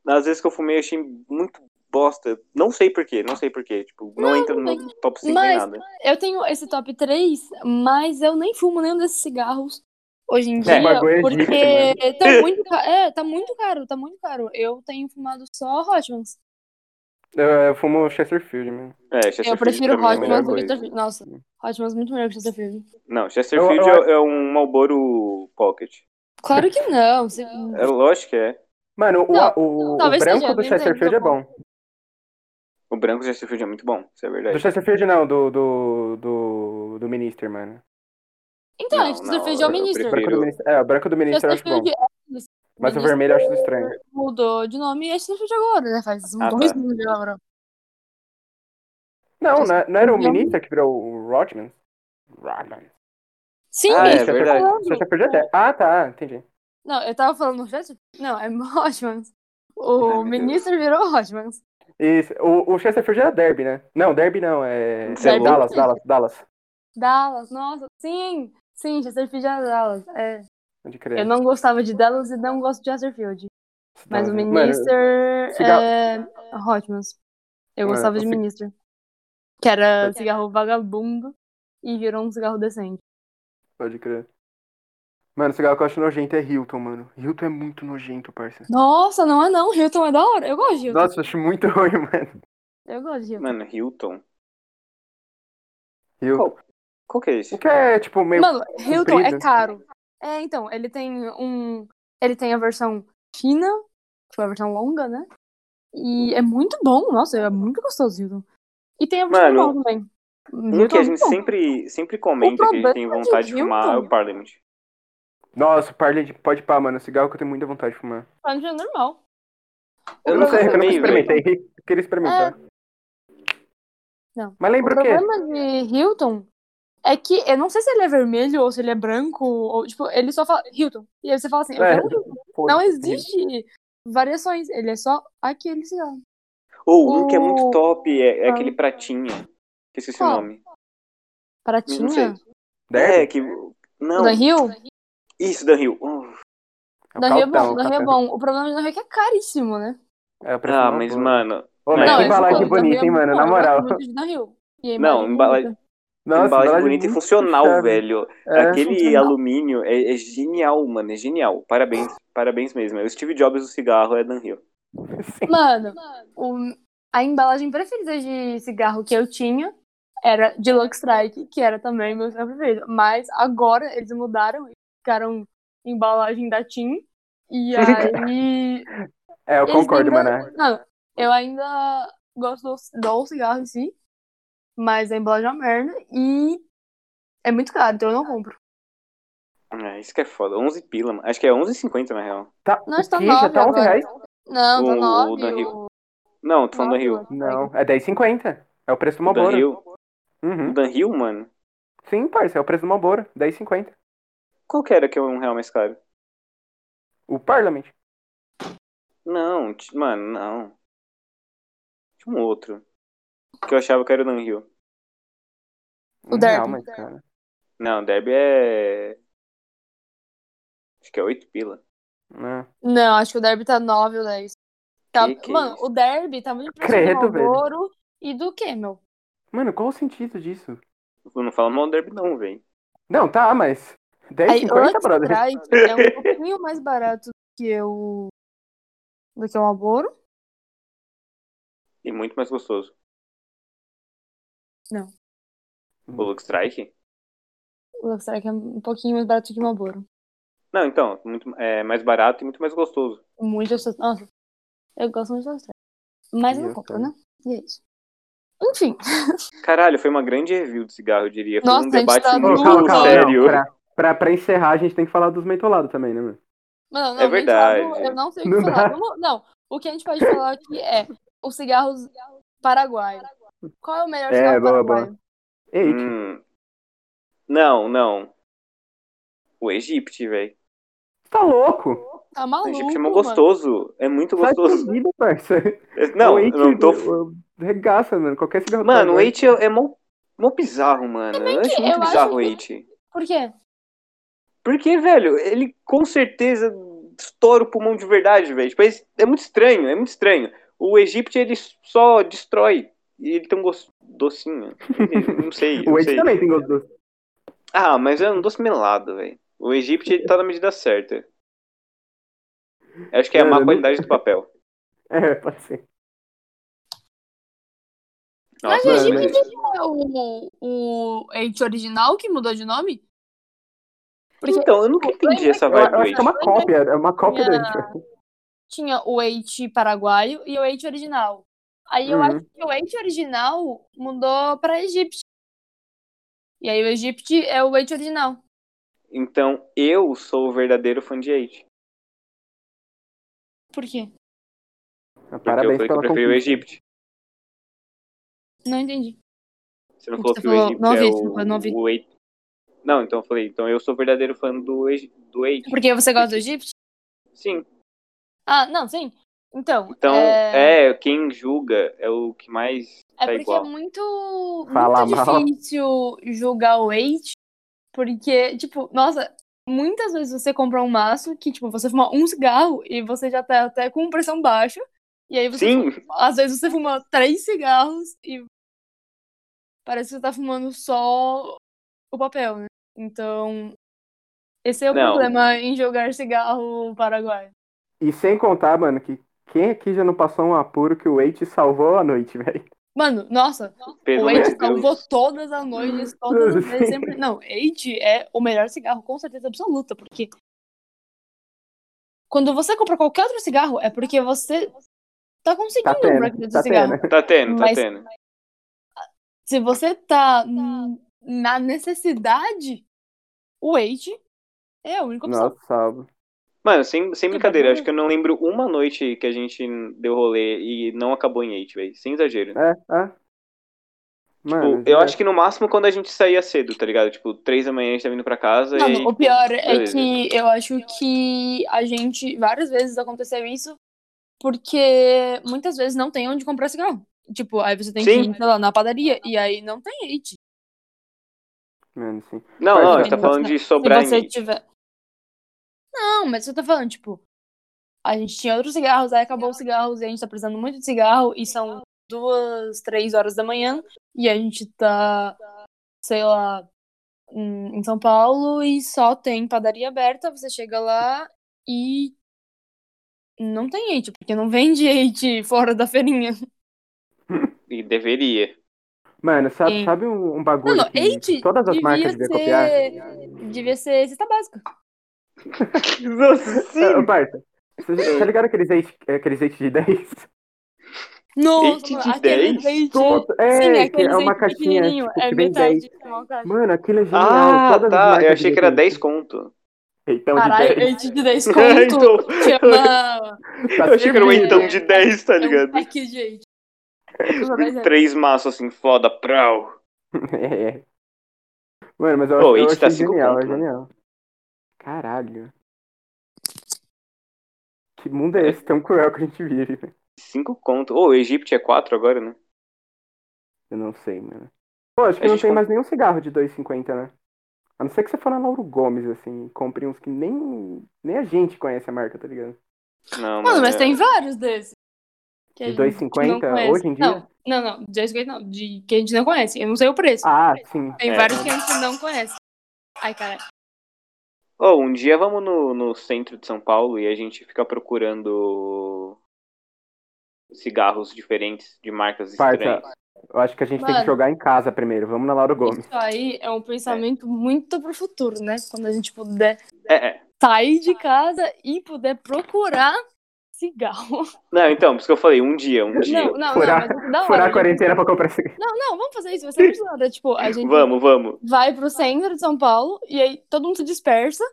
A: Às vezes que eu fumei, eu achei muito bosta. Não sei porquê, não sei porquê. Tipo, não, entra no top 5 nem
C: mas-
A: nada.
C: Eu tenho esse top 3, mas eu nem fumo nenhum desses cigarros hoje em dia,
B: o bagulho é
C: porque
A: né?
B: difícil,
C: tá muito, ca- é, tá muito caro, tá muito caro. Eu tenho fumado só Hotmans.
B: Eu, eu fumo Chesterfield, mano.
A: É, Chesterfield
C: Eu prefiro
A: pra mim é a melhor
C: Hotmans do que
A: coisa.
C: Chesterfield. Nossa, Hotmans é muito melhor que Chesterfield.
A: Não, Chesterfield
B: Eu- eu-
A: é, é um Malboro Pocket.
C: Claro que não. se-
A: É lógico que é.
B: Mano, o,
C: Não,
B: o, o
C: talvez
B: branco
C: seja,
B: do
C: nem branco
B: Chesterfield
C: é
B: é bom.
A: O branco Chesterfield é muito bom, isso é
B: Do
A: verdade.
B: Chesterfield não, do, do, do, do Minister, mano.
C: Então,
A: Não,
C: Chesterfield
A: não,
C: é o
A: eu
B: O
C: ministro.
B: branco do
A: Prefiro-
B: Minister, é, o branco do Minister eu acho bom.
C: Chesterfield é o ministro.
B: Mas o
C: Minister
B: vermelho eu acho estranho.
C: mudou de nome e é Chesterfield agora, né? Faz uns
A: Ah,
C: dois
A: tá.
C: anos agora.
B: Não, é, não, não era o
C: Não.
B: Minister que virou o Rodman? Rodman.
C: Sim,
A: Ah, é
C: isso que eu tô
A: verdade.
C: falando.
B: Chesterfield é até. Ah, tá, entendi.
C: Não, eu tava falando Hotmans. Não, é Hotmans. O
A: Ai, meu
C: ministro virou Hotmans.
B: Isso, o, o Chesterfield era Derby, né? Não, Derby não, é.
A: Você é
B: é
A: louco?
B: Dallas, Dallas, Dallas.
C: Dallas, nossa, sim! Sim, Chesterfield é Dallas. É.
B: Pode crer.
C: Eu não gostava de Dallas e não gosto de Chesterfield. Mas o Minister
B: cigarro-
C: é Hotmans. Eu
B: É,
C: gostava
B: o
C: de
B: ci-
C: Minister. Que era cigarro vagabundo e virou um cigarro decente.
B: Pode crer. Mano, o cigarro que eu acho nojento é Hilton, mano. Hilton é muito nojento, parça.
C: Nossa, não é não, Hilton é da hora. Eu gosto de Hilton.
B: Nossa, eu acho muito ruim, mano.
C: Eu gosto de.
A: Mano, Hilton.
G: Hilton.
A: Qual que é esse?
B: O que é, tipo, meio.
C: Mano, Hilton é
B: comprido.
C: caro. É, então, ele tem um. Ele tem a versão fina, que é a versão longa, né? E é muito bom, nossa, é muito gostoso, Hilton. E tem a versão
A: Mano,
C: normal também.
A: Um que
C: Hilton
A: a
C: é
A: gente
C: muito bom.
A: sempre, sempre comenta que a gente tem
C: problema de
A: vontade de, fumar é
C: Hilton.
A: o Parliament.
B: Nossa, parle de... pode pá, mano. Cigarro que eu tenho muita vontade de fumar.
C: Mas é normal.
B: Eu não sei, eu nunca
A: fumei, velho.
B: experimentei. Eu queria experimentar.
C: É. Não.
B: Mas
C: O
B: lembra o quê?
C: problema é de Hilton é que eu não sei se ele é vermelho ou se ele é branco, ou tipo, ele só fala Hilton. E aí você fala assim, eu
B: É,
C: quero um Hilton. Não existe variações, ele é só aquele cigarro.
A: Ou um que é muito
C: O-
A: top é, é
C: Ah.
A: aquele pratinha. Que esqueci
C: Qual?
A: o nome. Não sei.
C: Pratinha?
B: Né?
A: É, que. Não.
C: Dan Hill?
A: Isso, Dan Hill. Uh,
B: um
C: Dan Hill é bom,
B: tá
C: Dan Hill é bom. O problema de Dan Hill é que é caríssimo, né?
B: É,
A: Ah, mas, mano.
B: Ô, mas
A: Não,
B: que
A: esse
B: embalagem
A: foi-
C: é
B: bonita, hein, mano? Na moral.
A: Não, embalagem,
B: Nossa,
A: embalagem bonita e
B: muito
A: funcional,
B: chave.
A: velho.
B: É.
A: Aquele
C: funcional.
A: alumínio é, é genial, mano. É genial. Parabéns, parabéns mesmo. É O Steve Jobs do cigarro é Dan Hill.
B: Sim.
C: Mano, o- a embalagem preferida de cigarro que eu tinha era Deluxe Strike, que era também meu cigarro preferido. Mas agora eles mudaram e ficaram embalagem da Tim. E aí.
B: É, eu
C: eles
B: concordo,
C: ainda-
B: mano.
C: Não, eu ainda gosto do, do cigarro em si, mas a embalagem é uma merda e é muito caro, então eu não compro.
A: É, isso que é foda. 11 pila, mano. Acho que é 11,50 na real.
B: Tá,
C: Não, está
B: o quê? Já
C: nove
B: tá 11
C: agora.
B: reais?
C: Não,
A: O-
C: tá
A: o
C: nove.
A: Dan Hill.
C: o-
A: Não, tô falando Dan
C: nove,
A: Hill.
B: Não, é 10,50. É o preço do
A: O Dan
B: Malboro.
A: Hill. O
B: Uhum.
A: Dan Hill, mano.
B: Sim, parça, é o preço do Malboro. 10,50.
A: Qual que era que é um real mais caro?
B: O Parliament.
A: Não, ti- mano, não. Tinha um outro. Que eu achava que era o Dan Hill.
C: O
B: Um
C: Derby.
B: real, mas, cara.
A: Não, o Derby é. Acho que é 8 pila.
B: É.
C: Não, acho que o Derby tá 9 ou 10. Tá-
A: Que que é
C: mano,
A: isso?
C: o Derby tá muito
B: Credo,
C: próximo do
B: velho.
C: Malboro e do Camel.
B: Mano, qual o sentido disso?
A: Eu não falo mal do Derby, não, velho.
B: Não, tá, mas...
C: Aí,
B: 10,50,
C: Lux
B: brother.
C: Strike é um pouquinho mais barato do que o. do que o Malboro.
A: E muito mais gostoso.
C: Não.
B: Hum.
A: O Lux Strike?
C: O Lux Strike é um pouquinho mais barato que o Malboro.
A: Não, então, muito, é mais barato e muito mais gostoso.
C: Muito gostoso. Nossa, eu gosto muito do Lux Strike. Mas eu não
B: Eu
C: compro,
B: também.
C: né? E é isso. Enfim,
A: Caralho, foi uma grande review de cigarro, eu diria. Foi
C: Nossa,
A: um
C: a gente
A: debate
C: tá
A: muito
C: no-
B: calma, calma,
A: sério.
B: não, pra, pra, pra encerrar, a gente tem que falar dos mentolados também, né, mano?
C: mano, não,
A: É
C: nem
A: verdade.
C: falo, eu não sei o que
B: Não
C: falar.
B: dá.
C: Vamos- não, o que a gente pode falar aqui é os cigarros paraguaios. Qual é o melhor
B: É,
C: cigarro
B: boa, boa.
C: paraguaio?
B: Eite.
A: Hum. Não, não. O Egipte, velho.
B: Tá louco?
C: Tá
A: O
C: maluco,
A: Egipte é mó
C: mano.
A: gostoso. É muito
B: Sai
A: gostoso. É,
B: fudido, parça.
A: Não,
B: um- O
A: eu
B: Eite,
A: não tô.
B: o- Regaça, mano. Qualquer cigarro.
A: Mano, o
B: paraguaio.
A: Eight é, é mó, mó bizarro, mano. Eu acho muito
C: eu
A: bizarro
C: acho
A: o
C: que-
A: Eight.
C: Por quê?
A: Porque, velho, ele com certeza estoura o pulmão de verdade, velho. Tipo, é, é muito estranho, é muito estranho. O Egito, ele só destrói. E ele tem um gosto docinho. Eu Não sei, eu
B: O
A: não
B: Eite
A: sei.
B: também tem gosto doce.
A: Ah, mas é um doce melado, velho. O Egito, ele tá na medida certa. Eu Acho que é a
B: Mano,
A: má
B: não-
A: qualidade do papel.
B: É, pode ser.
C: Mas
A: Nossa, né,
C: o
B: mano,
C: Egito
A: velho.
B: mas-
C: é o, o Eight original que mudou de nome? Porque
A: Então, eu nunca entendi essa
B: Eu, eu
A: vibe do
B: acho que é
A: Eight.
B: uma cópia. É uma cópia tipo. do
C: Minha-
B: Eite.
C: tinha o Eight paraguaio e o Eight original. Aí eu
B: Uhum.
C: acho que o Eight original mudou pra Egito. E aí o Egito é o Eight original.
A: Então, eu sou o verdadeiro fã de Eight.
C: Por quê?
A: Porque eu
B: Parabéns
A: falei que eu
B: pela
A: prefiro o
B: conquista.
A: Egito.
C: Não entendi.
A: Você não
C: Você
A: falou que o
C: falou- né?
A: Egito
C: não
A: é
C: ouvi,
A: o,
C: desculpa, não ouvi.
A: o Eight. Não, então eu falei, então eu sou o verdadeiro fã do Egi- do Eight.
C: Porque você gosta do Egito?
A: Sim.
C: Ah, não, sim. Então,
A: Então,
C: é,
A: é... quem julga é o que mais
C: é
A: tá
C: porque
A: igual.
C: é muito,
B: Fala
C: muito
B: mal.
C: difícil julgar o Eight. Porque, tipo, nossa, muitas vezes você compra um maço que, tipo, você fuma um cigarro e você já tá até com pressão baixa. E aí você
A: Sim,
C: Às vezes você fuma três cigarros e parece que você tá fumando só o papel, né? Então, esse é o
A: Não.
C: problema em jogar cigarro paraguaio.
B: E sem contar, mano, que quem aqui já não passou um apuro que o Eite salvou a noite, velho?
C: Mano, nossa,
A: Pelo
C: o
A: amor
C: Eide
A: de Deus.
C: salvou todas as noites, todas as vezes, sempre. Não, Eide é o melhor cigarro, com certeza absoluta, porque. Quando você compra qualquer outro cigarro, é porque você tá
B: Tá
C: conseguindo
B: tendo,
C: comprar aquele
B: tá
C: cigarro.
B: tendo.
A: Tá tendo, tá
C: Mas-
A: tendo.
C: Se você tá hum, na necessidade, o Eide é a única opção.
B: Nossa, salvo.
A: Mano, sem, sem
C: Tá
A: brincadeira,
C: bom.
A: acho que eu não lembro uma noite que a gente deu rolê e não acabou em 8, velho. Sem exagero.
B: É, é. Mano, é,
A: Tipo, eu acho que no máximo quando a gente saía cedo, tá ligado? Tipo, três da manhã a gente tava indo pra casa
C: Mano,
A: e.
C: o pior é
A: beleza.
C: que eu acho que a gente, várias vezes aconteceu isso, porque muitas vezes não tem onde comprar cigarro. Tipo, aí você tem que
A: Sim.
C: ir, sei lá, na padaria, e aí não tem eite.
B: Mano, sim.
A: Não, não, a
B: Mas-
A: gente tá falando de
C: Se
A: sobrar
C: você
A: em 8.
C: tiver. Não, mas eu tô falando, tipo, a gente tinha outros cigarros, aí acabou os cigarros, e a gente tá precisando muito de cigarro, e são duas, três horas da manhã, e a gente tá, sei lá, em em São Paulo, e só tem padaria aberta, você chega lá e. Não tem eite, porque não vende eite fora da feirinha.
A: E deveria.
B: Mano, sabe,
C: Sim.
B: sabe um, um bagulho
C: Mano,
B: que
C: eite
B: todas as
C: devia
B: marcas deviam copiar?
C: ser- Devia ser cesta básica.
B: Ah, parça, você- tá ligado aqueles eite, aqueles eite de 10?
C: Nossa,
A: de
C: mano, aquele
A: 10?
C: leite-
B: Todo- é,
C: Sim,
B: que é
C: aqueles
B: uma
C: aí
B: caixinha
C: pequenininho,
B: tipo,
C: é
B: que vem
C: metade.
B: 10.
C: é uma caixa.
B: Mano, aquilo é genial.
A: Ah,
B: todas as
A: tá.
B: marcas
A: Eu achei que era
B: deviam ter
A: 10 conto.
B: Então
C: Caralho,
B: de 10.
C: leite de 10
A: É,
C: conto.
A: então.
C: Chama.
B: Tá
A: Eu achei que era um
C: É.
A: então de 10, tá
C: É um
A: ligado?
C: pack de leite.
A: Três maços assim, foda, prau.
B: É. Mano, mas eu,
A: Pô,
B: acho eu
A: It tá
B: achei
A: cinco
B: genial,
A: pontos,
B: é
A: mano.
B: genial. Caralho. Que mundo é esse tão cruel que a gente vive, velho?
A: 5 conto. Ô, o Egito é 4 agora, né?
B: Eu não sei, mano. Pô, acho que
A: A
B: não
A: gente
B: tem
A: comp-
B: mais nenhum cigarro de 2,50, né? A não ser que você for na Lauro Gomes, assim, e compre uns que nem, nem a gente conhece a marca, tá ligado?
A: Não,
C: Mano, mas
B: né?
A: é-
C: tem vários desses. que a
B: De
C: gente
B: 2,50
C: não conhece.
B: hoje em dia?
C: Não, não, não. De 2,50 não. De que a gente não conhece. Eu não sei o preço.
B: Ah, sim.
C: Tem
A: É.
C: vários que a gente não conhece. Ai, cara.
A: Ô, um dia vamos no, no centro de São Paulo e a gente fica procurando cigarros diferentes de marcas
B: Parça,
A: estranhas.
B: eu acho que a gente tem que
C: Mano.
B: jogar em casa primeiro. Vamos na Lauro Gomes.
C: Isso aí é um pensamento muito pro futuro, né? Quando a gente puder
A: É, é.
C: sair
B: Ah.
C: de casa e puder procurar cigarro.
A: Não, então, por isso que eu falei, um dia, um dia.
C: Não, não, não,
B: Furar-
C: mas um da hora.
B: Furar a
C: gente.
B: quarentena pra comprar cigarro.
C: Não, não, vamos fazer isso, vai ser muito da hora. Tipo, a gente
A: Vamos, vamos.
C: vai pro centro de São Paulo e aí todo mundo se dispersa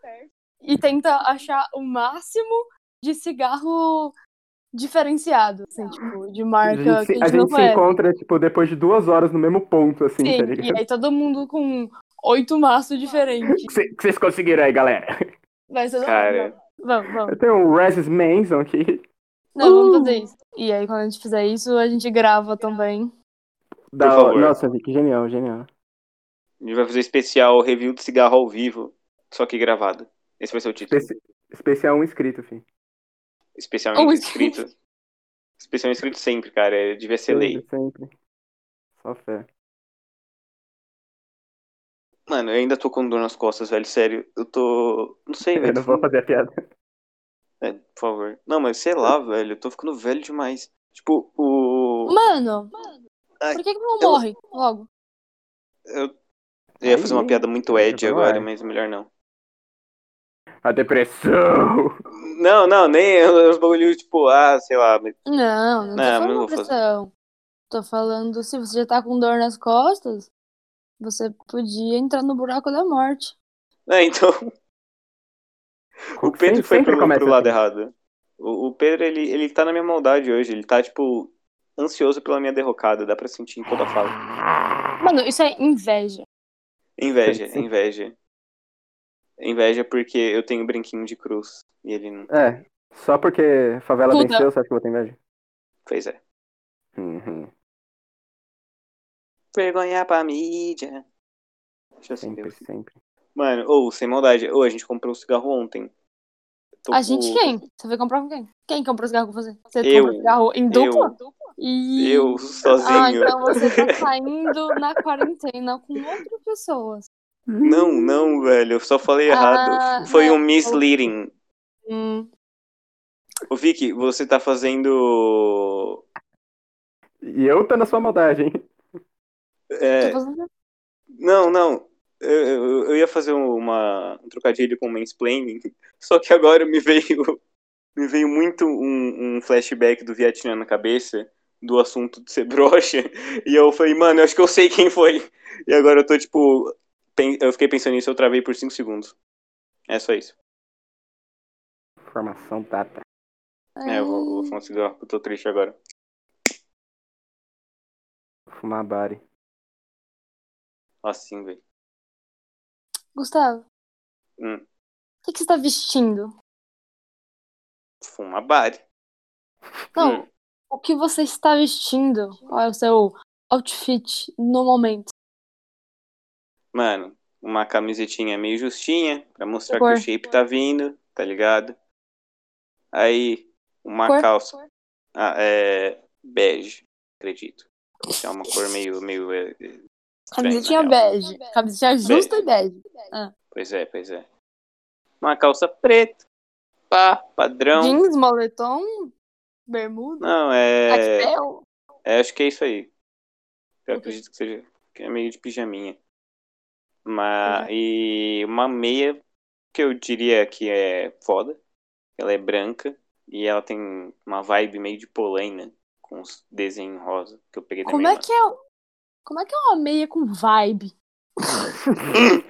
C: e tenta achar o máximo de cigarro diferenciado, assim, tipo, de
B: A
C: marca
B: gente,
C: que a
B: se,
C: gente
B: a
C: não
B: gente se
C: conhece.
B: encontra, tipo, depois de duas horas no mesmo ponto, assim, tá
C: Sim,
B: ligado?
C: e aí todo mundo com oito maços diferentes.
B: O que cê- que vocês conseguiram aí, galera?
C: Vai ser da hora.
A: Cara,
C: Vamos, vamos.
B: Eu tenho um Resis Manson aqui.
C: Não,
B: Uh!
C: vamos fazer isso. E aí, quando a gente fizer isso, a gente grava também.
B: Da...
A: favor.
B: Nossa, Vic, genial, genial.
A: a gente vai fazer especial review de cigarro ao vivo, só que gravado. Esse vai ser o título.
B: Especi- Especial um inscrito, filho.
A: Especialmente
C: Ui.
A: inscrito.
C: assim?
A: Especialmente inscrito sempre, cara. é- Devia ser lei.
B: Sempre, sempre. Só fé.
A: Mano, eu ainda tô com dor nas costas, velho. Sério, eu tô. Não sei,
B: Eu
A: velho.
B: não vou fazer a piada.
A: É, por favor. Não, mas sei lá, velho. Eu tô ficando velho demais. Tipo, o.
C: Mano,
A: Ai,
C: por que, que não
A: eu-
C: morre logo?
A: Eu ia fazer uma
B: Aí,
A: piada muito Ed
B: vai lá,
A: agora,
B: é.
A: mas melhor não.
B: A depressão!
A: Não, não, nem os bagulhos, tipo, ah, sei lá. mas-
C: Não, não tô
A: Não,
C: falando
A: não vou fazer.
C: pressão. Tô falando, se você já tá com dor nas costas, você podia entrar no buraco da morte.
A: É, então, o Pedro
B: Sempre-
A: foi
B: sempre
A: pro,
B: começa
A: pro lado
B: assim.
A: errado. O, o Pedro, ele, ele tá na minha maldade hoje. Ele tá, tipo, ansioso pela minha derrocada. Dá pra sentir em toda a fala.
B: Ah,
C: Mano, isso é inveja.
A: Inveja,
B: Sim, sim.
A: inveja. Inveja porque eu tenho um brinquinho de cruz. E ele não.
B: É, só porque favela
C: Puta.
B: venceu, você acha que eu vou ter inveja?
A: Pois é.
B: Uhum,
A: Vergonha pra mídia. Deixa eu acender o
B: sempre, sempre.
A: Mano, ou, sem maldade, ou a gente comprou um cigarro ontem. Tô
C: A
A: com-
C: gente quem? Você vai comprar com quem? Quem comprou cigarro com você? Você
A: Eu.
C: comprou cigarro em dupla? E...
A: Eu,
C: Ah,
A: sozinho.
C: então você tá saindo na quarentena com outras pessoas.
A: Não, não, velho, eu só falei
C: Ah,
A: errado. Foi
C: não.
A: um misleading.
C: Hum.
A: Ô, Vicky, você tá fazendo
B: E eu tô na sua maldade, hein?
A: É,
C: Tô fazendo-
A: não, não. Eu, eu- eu ia fazer uma, um trocadilho com mansplaining, só que agora me veio, me veio muito um, um flashback do Vietnã na cabeça, do assunto de ser broxa, e eu falei, mano, eu acho que eu sei quem foi. E agora eu tô, tipo, pen- eu fiquei pensando nisso, eu travei por 5 segundos. É só isso.
B: Formação data.
A: É, eu vou,
C: Hum,
A: vou fumar um cigarro, eu tô triste agora.
B: Fumar bari.
A: Assim, velho.
C: Gustavo,
A: Hum.
C: o que, que você tá vestindo?
A: Fuma bari. Hum.
C: Não, o que você está vestindo? Qual é o seu outfit no momento?
A: Mano, uma camisetinha meio justinha, pra mostrar
C: Cor.
A: que o shape tá vindo, tá ligado? Aí, uma
C: Cor?
A: calça. Ah, é. Bege, acredito. Que é uma cor meio. meio é, é,
C: Camisetinha
A: na
C: bege. Camisetinha justa e bege.
A: pois é, pois é. Uma calça preta. Pá, padrão.
C: Jeans, moletom, bermuda,
A: Não, é,
C: cachecol.
A: é. Acho que é isso aí. Eu
C: Ok.
A: acredito que seja. Que é meio de pijaminha. Mas,
C: é.
A: e uma meia que eu diria que é foda. Ela é branca e ela tem uma vibe meio de polaina com os desenhos rosa que eu peguei da
C: Como
A: minha
C: é
A: irmã.
C: que é? Como é que é uma meia com vibe?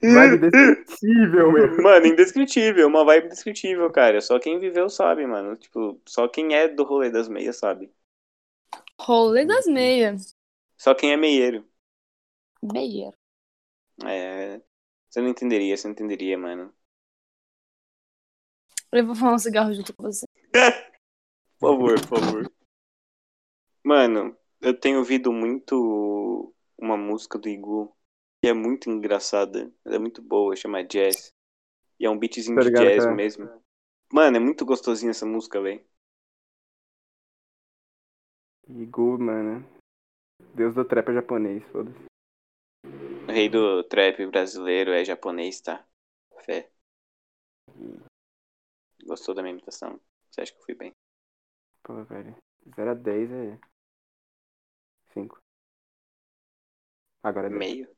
B: Vibe descritível, meu.
A: Mano, indescritível, uma vibe indescritível, cara. Só quem viveu sabe, mano. Tipo, só quem é do rolê das meias sabe.
C: Rolê das
A: Uhum.
C: meias.
A: Só quem é meieiro.
C: Meia.
A: É. Você não entenderia, você não entenderia, mano.
C: Eu vou fumar um cigarro junto com você.
A: Por favor, por favor. Mano, eu tenho ouvido muito uma música do Igu que é muito engraçada. Ela é muito boa, chama Jazz. E é um beatzinho
B: Tá
A: de
B: ligado,
A: jazz
B: cara?
A: mesmo. Mano, é muito gostosinha essa música, velho.
B: Igu, mano. Deus do trap é japonês, foda-se.
A: O rei do trap brasileiro é japonês, tá? Fé. Gostou da minha imitação? Você acha que eu fui bem?
B: Pô, velho. 0 a 10 é. 5. Agora é 10.
A: Meio.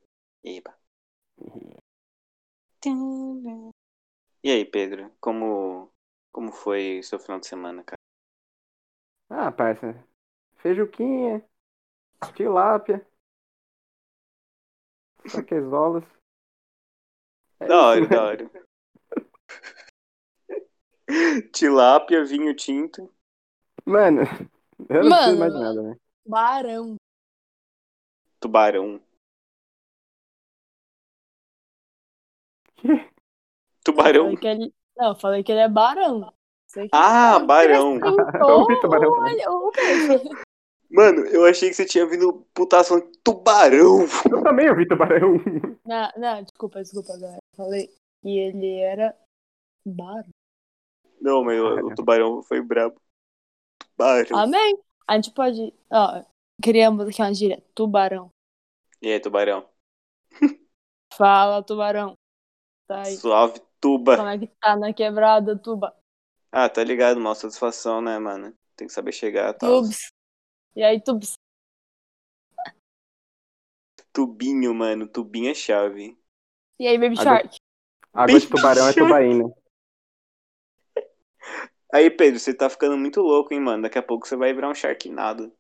A: Eba. E aí, Pedro? Como, como foi seu final de semana, cara?
B: Ah, parça. Feijuquinha. Tilápia. Saquezolas. É
A: Da hora,
B: isso,
A: da hora. Tilápia, vinho tinto.
B: Mano, eu não
C: Mano.
B: preciso mais nada, né?
C: Barão.
A: Tubarão.
B: Que?
A: Tubarão?
C: Falei que ele... Não, eu falei que ele é barão. Sei que- é
A: Ah, barão.
C: Pintou
B: vi tubarão
C: o
B: também.
C: olho- o é peixe.
A: Mano, eu achei que você tinha vindo putação de tubarão.
B: Eu também ouvi tubarão.
C: Não, não, desculpa, desculpa, galera. Eu Falei que ele era barão.
A: Não, mas o, o tubarão foi brabo. Tubarão.
C: Amém? A gente pode. Ó, criamos aqui uma gíria. Tubarão.
A: E aí, tubarão?
C: Fala, tubarão. Tá aí.
A: Suave tuba.
C: Como é que tá na quebrada, tuba?
A: Ah, tá ligado, mal satisfação, né, mano? Tem que saber chegar, tal.
C: Tubes. E aí, tubes.
A: Tubinho, mano. Tubinho é chave.
C: E aí, baby
B: Agora-
C: shark.
B: Água de tubarão é tubaína.
A: Aí, Pedro, você tá ficando muito louco, hein, mano? Daqui a pouco você vai virar um Sharknado.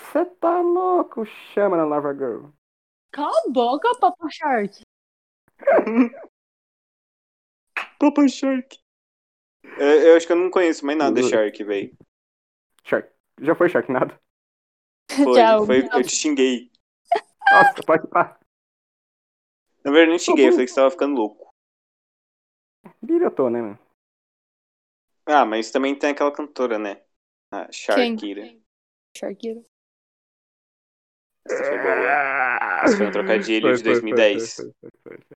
B: Você tá louco? Chama na Lava Girl.
C: Cala a boca, papo shark.
A: Papai Shark. É, eu acho que eu não conheço mais nada
H: Uhum.
A: de Shark, velho.
B: Shark. Já foi Sharknado?
A: Foi,
C: Tchau.
A: foi, eu te xinguei.
B: Nossa, pode pá.
A: Na verdade, eu não te xinguei, eu falei que você tava ficando louco.
B: Birotô, né, mano?
A: Ah, mas também tem aquela cantora, né? A Sharkira.
C: Sharkira.
A: Essa foi boa. Esse foi um trocadilho de 2010.
B: foi, foi, foi, foi.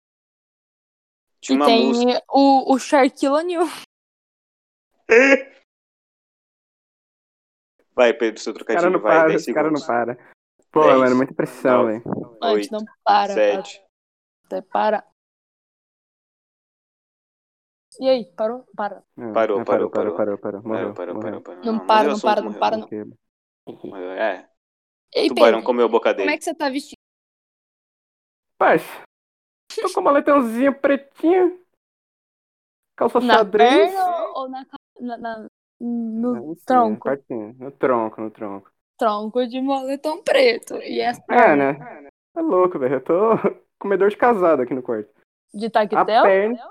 A: Tinha uma
C: e tem
A: música.
C: o, o Sharkila New. um-
A: Vai, Pedro, seu
B: O cara
A: trocadilho
B: não
A: vai.
B: para,
A: 10
B: esse cara não
A: segundos.
B: para. Pô,
A: Dez,
B: mano, muita pressão,
A: nove,
B: velho.
C: A gente
A: Oito,
C: não para.
A: sete,
C: Até para. E aí, parou? Para.
B: É,
A: Parou, parou,
H: parou,
A: parou.
H: parou, parou, parou.
A: Parou,
H: Morreu,
A: parou,
H: morreu.
A: parou, parou.
C: Não
A: morreu
C: para,
A: o
C: não
A: assunto,
C: para, não
A: morreu.
C: para, não.
H: Porque-
A: Morreu, É,
C: Ei,
A: tubarão
C: Pedro,
A: comeu a boca
C: como é
A: dele.
C: que você tá vestido?
E: Mas, tô com uma leitãozinha pretinha. Calça
C: Na
E: xadrez.
C: perna ou na, ca- na, na- no
H: Aí sim,
C: tronco?
H: partinho.
E: No tronco, no tronco.
C: tronco de moletom preto? E assim, as
E: É,
C: pernas
E: né? É louco, velho. Eu tô comedor de casado aqui no quarto.
C: de
E: A
C: taquetel?
E: perna.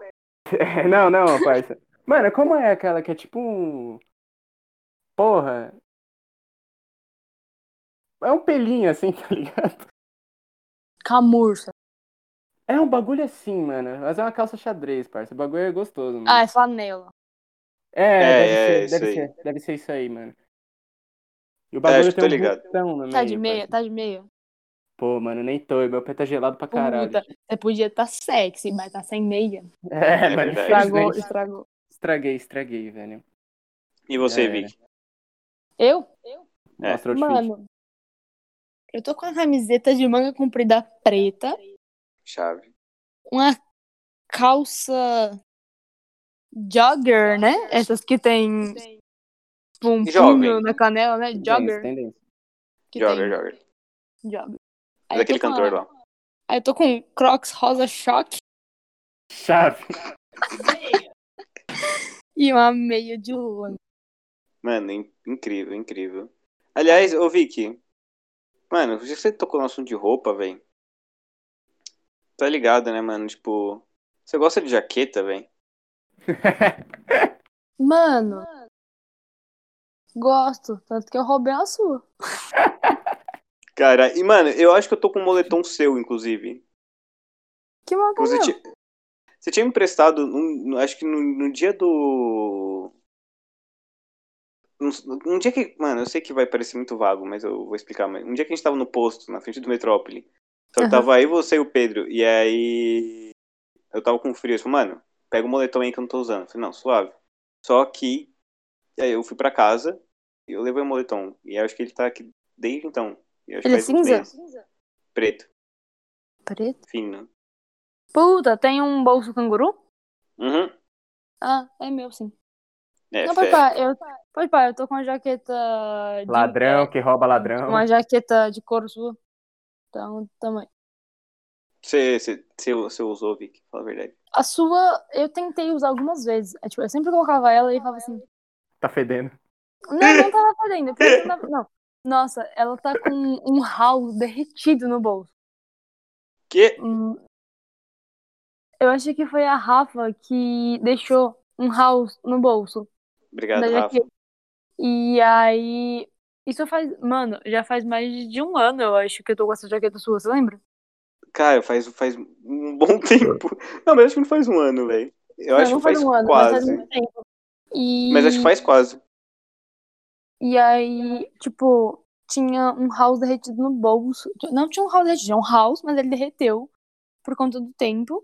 E: É, não, não, parça. Mano, como é aquela que é tipo um. Porra. É um pelinho assim, tá ligado?
C: Camurça.
E: É um bagulho assim, mano. Mas é uma calça xadrez, parça. O bagulho é gostoso, mano.
C: Ah, é flanela.
E: É,
A: É, é,
E: deve, ser, deve,
A: isso aí. É,
E: ser, deve ser isso aí, mano. E o
A: acho que tô
E: tem um
A: ligado.
E: botão no meio,
C: Tá de meia?
E: parça.
C: Tá de meia?
E: Pô, mano, nem tô. e Meu pé tá gelado pra caralho.
C: Puta, você podia estar tá sexy, mas tá sem meia.
E: É,
A: É
E: mano,
A: verdade.
C: Estragou,
E: infelizmente.
C: estragou.
E: Estraguei, estraguei, velho.
A: E você,
E: É.
A: Vic?
C: Eu? Eu?
A: É.
E: Mostra o outfit.
C: Mano. Eu tô com uma camiseta de manga comprida preta,
A: Chave.
C: uma calça jogger, né? Essas que tem tipo, um
A: Jovem.
C: punho na canela, né?
E: Tendência,
C: Jogger.
E: tendência.
C: Que
A: Jogger,
C: tem.
A: jogger.
C: Jogger.
A: É
C: Aí eu
A: daquele
C: tô com
A: cantor
C: a-
A: lá.
C: Aí eu tô com Crocs rosa choque
E: Chave.
C: e uma meia de lã.
A: Mano, in- incrível, incrível. Aliás, ô Vicky, mano, já que você tocou no assunto de roupa, velho. Tá ligado, né, mano? Tipo, você gosta de jaqueta, velho?
C: Mano. Gosto, tanto que eu roubei a sua.
A: Cara, e mano, eu acho que eu tô com um moletom seu, inclusive.
C: Que maluco.
A: Você tinha, você tinha me emprestado, num- no- acho que no, no dia do. Um, um dia que. Mano, eu sei que vai parecer muito vago, mas eu vou explicar. Mas um dia que a gente tava no posto, na frente do Metrópole. Só que
C: Aham.
A: tava aí você e o Pedro. E aí. Eu tava com frio. Eu falei, mano, pega o moletom aí que eu não tô usando. Eu falei, não, suave. Só que. Aí eu fui pra casa e eu levei o moletom. E acho que ele tá aqui desde então. E acho que
C: Ele é
A: faz uns
C: cinza?
A: meses. Preto,
C: Preto.
A: fino.
C: Puta, tem um bolso canguru?
A: Uhum.
C: Ah, é meu sim.
A: É,
C: Não,
A: fé.
C: pode parar, eu, pode parar, eu tô com uma jaqueta. de-
E: Ladrão que rouba ladrão.
C: Uma jaqueta de couro sua. Então, também.
A: Você, você, você, você usou, Vic, fala a verdade.
C: A sua, eu tentei usar algumas vezes. É, tipo, eu sempre colocava ela e falava assim:
E: Tá fedendo.
C: Não, não tava fazendo. porque Não, tava- não. Nossa, ela tá com um ralo derretido no bolso.
A: Que?
C: Hum. Eu achei que foi a Rafa que deixou um ralo no bolso.
A: Obrigado,
C: da
A: Rafa.
C: jaqueta. E aí. Isso faz. Mano, já faz mais de um ano, eu acho, que eu tô com essa jaqueta sua, você lembra?
A: Cara, faz, faz um bom tempo. Não, mas acho que não faz um ano, velho. Eu
C: Não,
A: acho
C: não
A: que faz
C: faz um ano, mas faz
A: quase.
C: muito tempo. E...
A: Mas acho que faz quase.
C: E aí, tipo, tinha um house derretido no bolso. Não tinha um house derretido, tinha um house, mas ele derreteu por conta do tempo.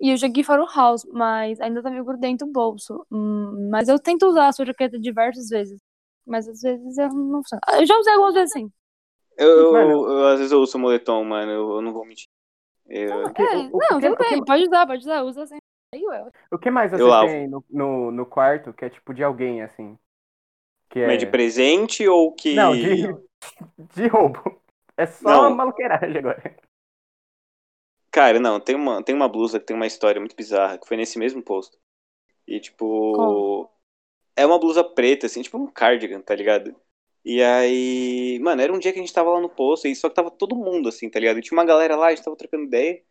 C: E eu joguei fora o house, mas ainda tá meio grudento o bolso. Hum, mas eu tento usar a sua jaqueta diversas vezes. Mas às vezes eu não funciona. Ah, Eu já usei algumas vezes sim.
A: Eu, eu,
E: Mano.
A: eu, às vezes eu uso moletom, mano. Eu, eu não vou mentir. Eu,
E: que-
C: É,
E: o- o
C: não,
E: que-
C: tudo
E: o que-
C: bem, pode usar, pode usar, usa assim. Aí, ué.
E: O que mais
A: Eu
E: você
A: lavo.
E: tem no, no, no quarto que é tipo de alguém, assim? Que é...
A: Mas de presente ou que.
E: Não, de, de roubo. É só
A: Não.
E: uma maluqueiragem agora.
A: Cara, não, tem uma, tem uma blusa que tem uma história muito bizarra, que foi nesse mesmo posto. E, tipo.
C: Qual?
A: É uma blusa preta, assim, tipo um cardigan, tá ligado? E aí. Mano, era um dia que a gente tava lá no posto, e só que tava todo mundo, assim, tá ligado? E tinha uma galera lá, a gente tava trocando ideia.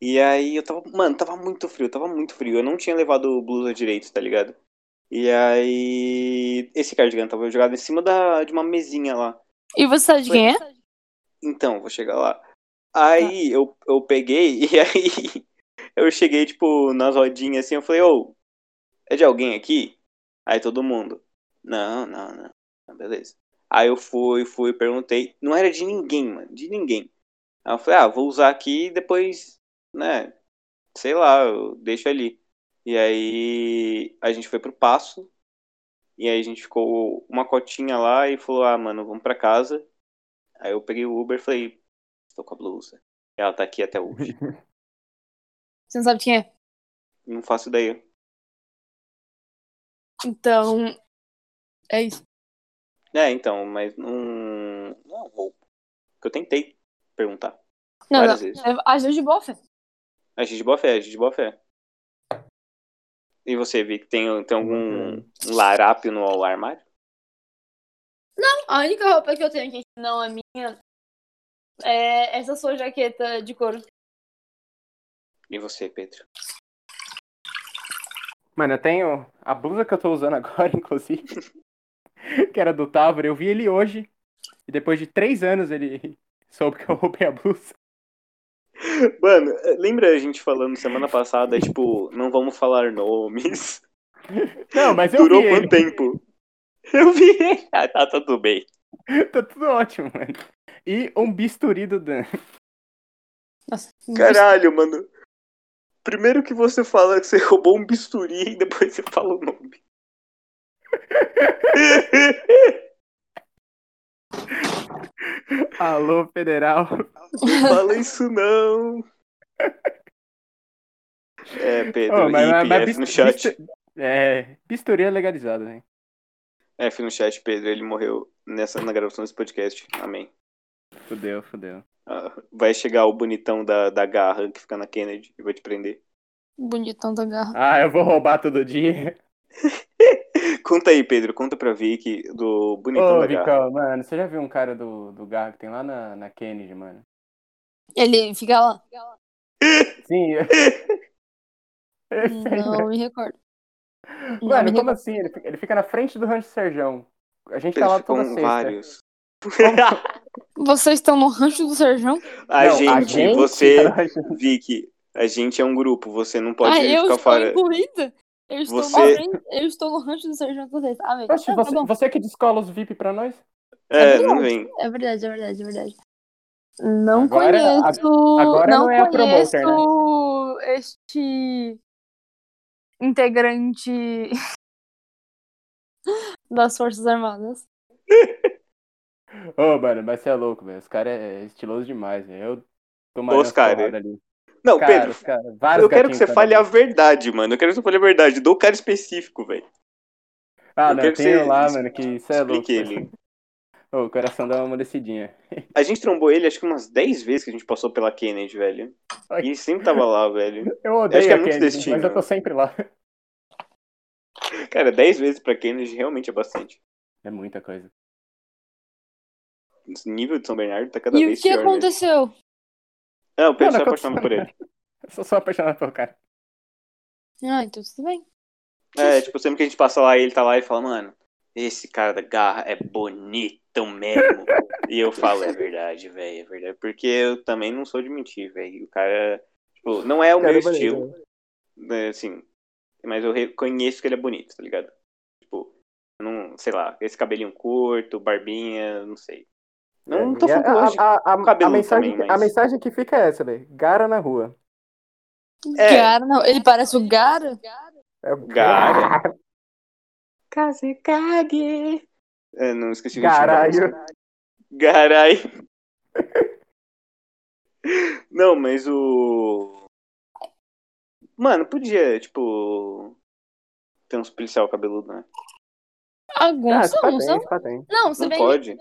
A: E aí eu tava. Mano, tava muito frio, tava muito frio. Eu não tinha levado blusa direito, tá ligado? E aí. Esse cardigan tava jogado em cima da, de uma mesinha lá.
C: E você sabe de quem é?
A: Então, vou chegar lá. Aí eu, eu peguei e aí eu cheguei, tipo, nas rodinhas assim, eu falei, ô, é de alguém aqui? Aí todo mundo, não, não, não, Não, beleza. Aí eu fui, fui, perguntei, não era de ninguém, mano, de ninguém. Aí eu falei, ah, vou usar aqui e depois, né, sei lá, eu deixo ali. E aí a gente foi pro passo, e aí a gente ficou uma cotinha lá e falou, ah, mano, vamos pra casa. Aí eu peguei o Uber e falei, estou com a blusa. Ela tá aqui até hoje.
C: Você não sabe de quem é?
A: Não faço ideia.
C: Então, é isso.
A: É, então, mas não. é um Não vou. Porque eu tentei perguntar.
C: Não,
A: Várias
C: não,
A: vezes.
C: é, agiu de boa fé.
A: A gente de boa fé, a gente de boa fé. E você, Vic, tem, tem algum larápio no armário?
C: A única roupa que eu tenho que não é minha é essa sua jaqueta de couro.
A: E você, Pedro?
B: Mano, eu tenho a blusa que eu tô usando agora, inclusive, que era do Távora. Eu vi ele hoje, e depois de três anos ele soube que eu roubei a blusa.
A: Mano, é, lembra a gente falando semana passada, tipo, não vamos falar nomes?
B: Não, mas eu
A: Durou
B: vi
A: quanto
B: ele.
A: tempo? Eu vi ele. Ah, tá, tá tudo bem.
B: Tá tudo ótimo, mano. E um bisturi do Dan.
C: Nossa, um
A: Caralho, mano. Primeiro que você fala que você roubou um bisturi e depois você fala o nome.
B: Alô, federal.
A: Não fala isso não. É, Pedro,
B: Ô, Oh, mas- mas-
A: IP,
B: mas
A: F no
B: bis-
A: chat.
B: bistu- É, bisturi é legalizado, né?
A: F no chat, Pedro, ele morreu nessa, na gravação desse podcast. Amém.
B: Fudeu, fudeu.
A: Ah, vai chegar o bonitão da, da garra que fica na Kennedy e vai te prender.
C: Bonitão da garra.
B: Ah, eu vou roubar todo dia.
A: Conta aí, Pedro, conta pra Vicky do bonitão
B: Ô,
A: da garra.
B: Vicão, mano, você já viu um cara do, do Garro que tem lá na, na Kennedy, mano?
C: Ele fica lá.
B: Sim, eu...
C: Não me recordo. Não me
B: Mano, como
C: recordo.
B: assim? Ele fica, ele fica na frente do Rancho Serjão. A gente tá
A: Eles
B: lá toda
A: ficam
B: sexta.
A: vários.
C: Vocês estão no rancho do Serjão?
A: a,
B: Não,
A: gente,
B: a gente
A: você,
B: tá no Rancho-
A: Vicky, a gente é um grupo, você não pode
C: ah,
A: ficar
C: eu estou
A: fora.
C: incluída? Eu estou,
A: Você-
C: no rancho, eu estou no rancho do Serjão com vocês. Ah, velho.
B: Oxe,
C: Ah, tá
B: você,
C: bom.
B: você que descola os VIP pra nós?
A: É,
C: É
A: não
C: verdade.
A: vem.
C: É verdade, é verdade, é verdade. Não
B: Agora-
C: conheço.
B: agora
C: não
B: não é a
C: conheço
B: promoter,
C: este integrante das Forças Armadas.
B: Ô, mano, mas você é louco, velho. Os caras é estiloso demais, velho. Eu tomaria
A: Os
B: umas
A: cara.
B: porradas ali.
A: Não,
B: Cara,
A: Pedro,
B: os cara- vários
A: eu quero que
B: gatinhos
A: você
B: pra
A: fale
B: mim.
A: a verdade, mano. Eu quero que você fale a verdade. Do cara específico, velho.
B: Ah,
A: eu
B: não,
A: quero que
B: tem
A: você
B: eu lá,
A: es-
B: mano, que você é louco.
A: Explique ele.
B: Ô, o coração dá uma amolecidinha.
A: A gente trombou ele acho que umas 10 vezes que a gente passou pela Kennedy, velho. E ele sempre tava lá, velho.
B: Eu
A: Acho que
B: odeio
A: é
B: a
A: muito
B: Kennedy,
A: destino.
B: mas eu tô sempre lá.
A: Cara, 10 vezes pra Kennedy realmente é bastante.
B: É muita coisa.
A: O nível de São Bernardo tá cada
C: E o
A: vez
C: que
A: pior. Né?
C: aconteceu?
A: Não, o Pedro tá
B: Não, não
A: apaixonado por ele.
B: Eu sou só apaixonado pelo cara.
C: Ah, então tudo bem.
A: É, tipo, sempre que a gente passa lá, ele tá lá e fala, mano, esse cara da garra é bonito mesmo. e eu falo, é verdade, velho, é verdade. Porque eu também não sou de mentir, velho. O cara, tipo, não é o
B: Cara,
A: meu
B: é bonito,
A: estilo, né, assim. Mas eu reconheço que ele é bonito, tá ligado? Tipo, eu não, sei lá, esse cabelinho curto, barbinha, não sei. Não, não tô
B: É, E a-
A: falando
B: a,
A: hoje.
B: a- a- a
A: cabelo
B: mensagem,
A: também,
B: a
A: mas-
B: mensagem que fica é essa, velho. Gara na rua.
A: É.
C: Gara, não. Ele parece o Gara?
B: É o
A: Gara. Kazekage. É, né? não esqueci o ritmo da música.
B: Caralho.
A: Garai. Não, mas o. Mano, podia, tipo. Ter uns policial cabeludo, né?
B: Ah,
C: Alguns são,
B: patente,
C: são.
B: patente.
C: Não, se
A: tá Não
C: bem
A: pode.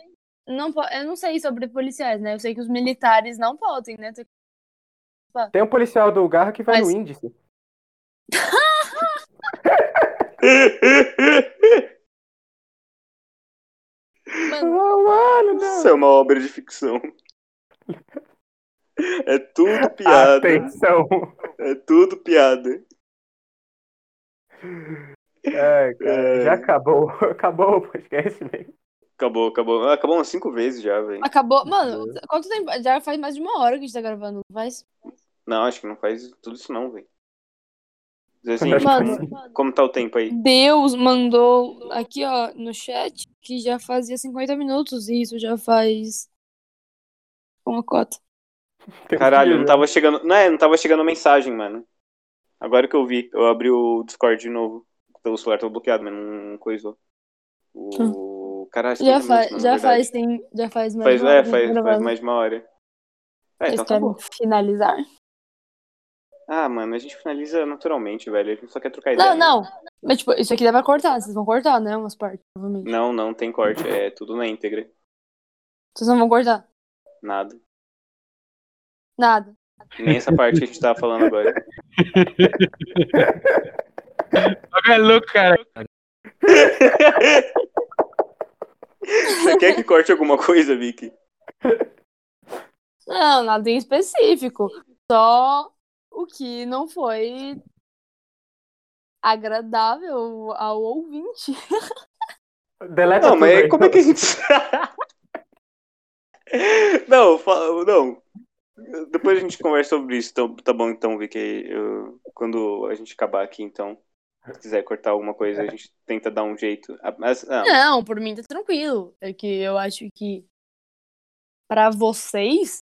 C: Não po- Eu não sei sobre policiais, né? Eu sei que os militares não podem, né?
B: Tem um policial do Garra que vai
C: Mas-
B: no índice. Ah,
C: Mano,
B: Não, olha, não.
A: Isso é uma obra de ficção. É tudo piada.
B: Atenção.
A: É tudo piada.
B: Ai, cara,
A: É.
B: já acabou. Acabou o podcast, velho.
A: Acabou, acabou. Ah, Acabou umas cinco vezes já, velho.
C: Acabou. Mano, quanto tempo? Já faz mais de uma hora que a gente tá gravando, não faz?
A: Não, acho que não faz tudo isso não, velho. Mas assim,
C: Mano,
A: como tá o tempo aí?
C: Deus mandou aqui, ó, no chat, que já fazia 50 minutos e isso já faz uma cota.
B: Tem
A: Caralho,
B: que-
A: não tava chegando. Não, é, não tava chegando mensagem, mano. Agora que eu vi, eu abri o Discord de novo. Pelo celular tava bloqueado, mas não coisou. O. Caralho,
C: Hum. Já,
A: 50
C: faz,
A: minutos, na
C: já
A: verdade.
C: faz, tem, já faz mais
A: Faz,
C: de uma hora
A: é,
C: que a gente
A: faz,
C: tá
A: faz
C: gravando.
A: mais de uma hora. É,
C: Vocês
A: então tá
C: querem
A: bom.
C: finalizar?
A: Ah, mano, a gente finaliza naturalmente, velho. A gente só quer trocar ideia.
C: Não, não. Mas, tipo, isso aqui dá pra cortar. Vocês vão cortar, né? Umas partes, provavelmente.
A: Não, não tem corte. É tudo na íntegra.
C: Vocês não vão cortar.
A: Nada.
C: Nada.
A: Nem essa parte que a gente tava falando agora.
D: Olha, é louco, cara.
A: Você quer que corte alguma coisa, Vicky?
C: Não, nada em específico. Só o que não foi agradável ao ouvinte.
E: Deleta
A: Não,
E: tudo
A: mas
E: aí.
A: como é que a gente. não, fala, não. Depois a gente conversa sobre isso. Então, tá bom, então, Vicky. eu- quando a gente acabar aqui, então. Se quiser cortar alguma coisa, a gente tenta dar um jeito. Ah, Mas, ah,
C: Não, por mim tá tranquilo. É que eu acho que pra vocês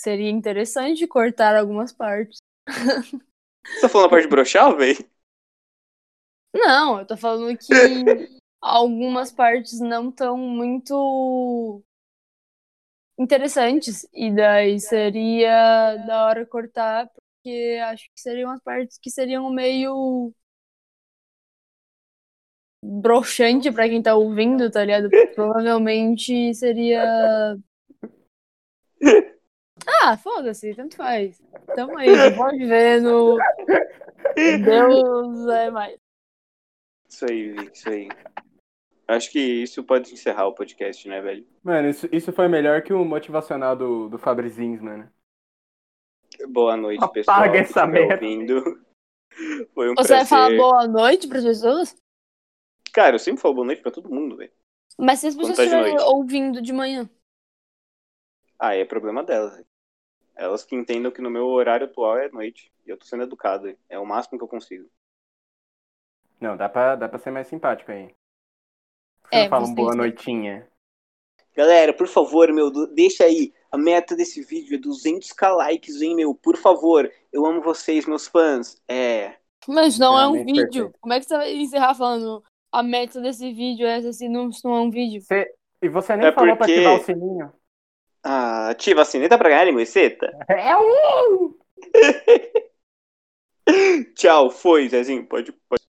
C: seria interessante cortar algumas partes.
A: você tá falando a parte de broxal, velho?
C: Não, eu tô falando que algumas partes não estão muito interessantes. E daí seria da hora cortar, porque acho que seriam as partes que seriam meio broxante pra quem tá ouvindo, tá ligado? Provavelmente seria. Ah, foda-se, tanto faz. Tamo aí, pode ver no
A: é
C: Deus é mais.
A: Isso aí, Vicky, isso aí. Acho que isso pode encerrar o podcast, né, velho?
B: Mano, isso, isso foi melhor que o motivacional do, do Fabrizins, mano.
A: Boa noite,
E: Apaga
A: pessoal. que
E: essa
A: estiver
E: merda.
A: ouvindo. Foi um
C: Você
A: prazer.
C: vai falar boa noite pras pessoas?
A: Cara, eu sempre falo boa noite pra todo mundo, velho.
C: Mas se as
A: Quando
C: pessoas
A: tá de
C: estiverem
A: noite.
C: ouvindo de manhã.
A: Ah, é problema delas. velho. Elas que entendam que no meu horário atual é noite. E eu tô sendo educado. velho. É o máximo que eu consigo.
B: Não, dá pra, dá pra ser mais simpático aí. Você
C: É,
B: não fala um
C: vocês-
B: boa noitinha.
A: Galera, por favor, meu, do- deixa aí. A meta desse vídeo é 200k likes, hein, meu? Por favor. Eu amo vocês, meus fãs. É.
C: Mas não é um
B: Realmente
C: vídeo.
B: perfeito.
C: Como é que você vai encerrar falando a meta desse vídeo é essa se não, se não é um vídeo?
B: E você nem
A: É
B: falou pra
A: porque-
B: ativar o sininho.
A: Ah, ativa a sineta pra ganhar linguiceta.
B: É um!
A: Tchau, foi, Zezinho. Pode, pode.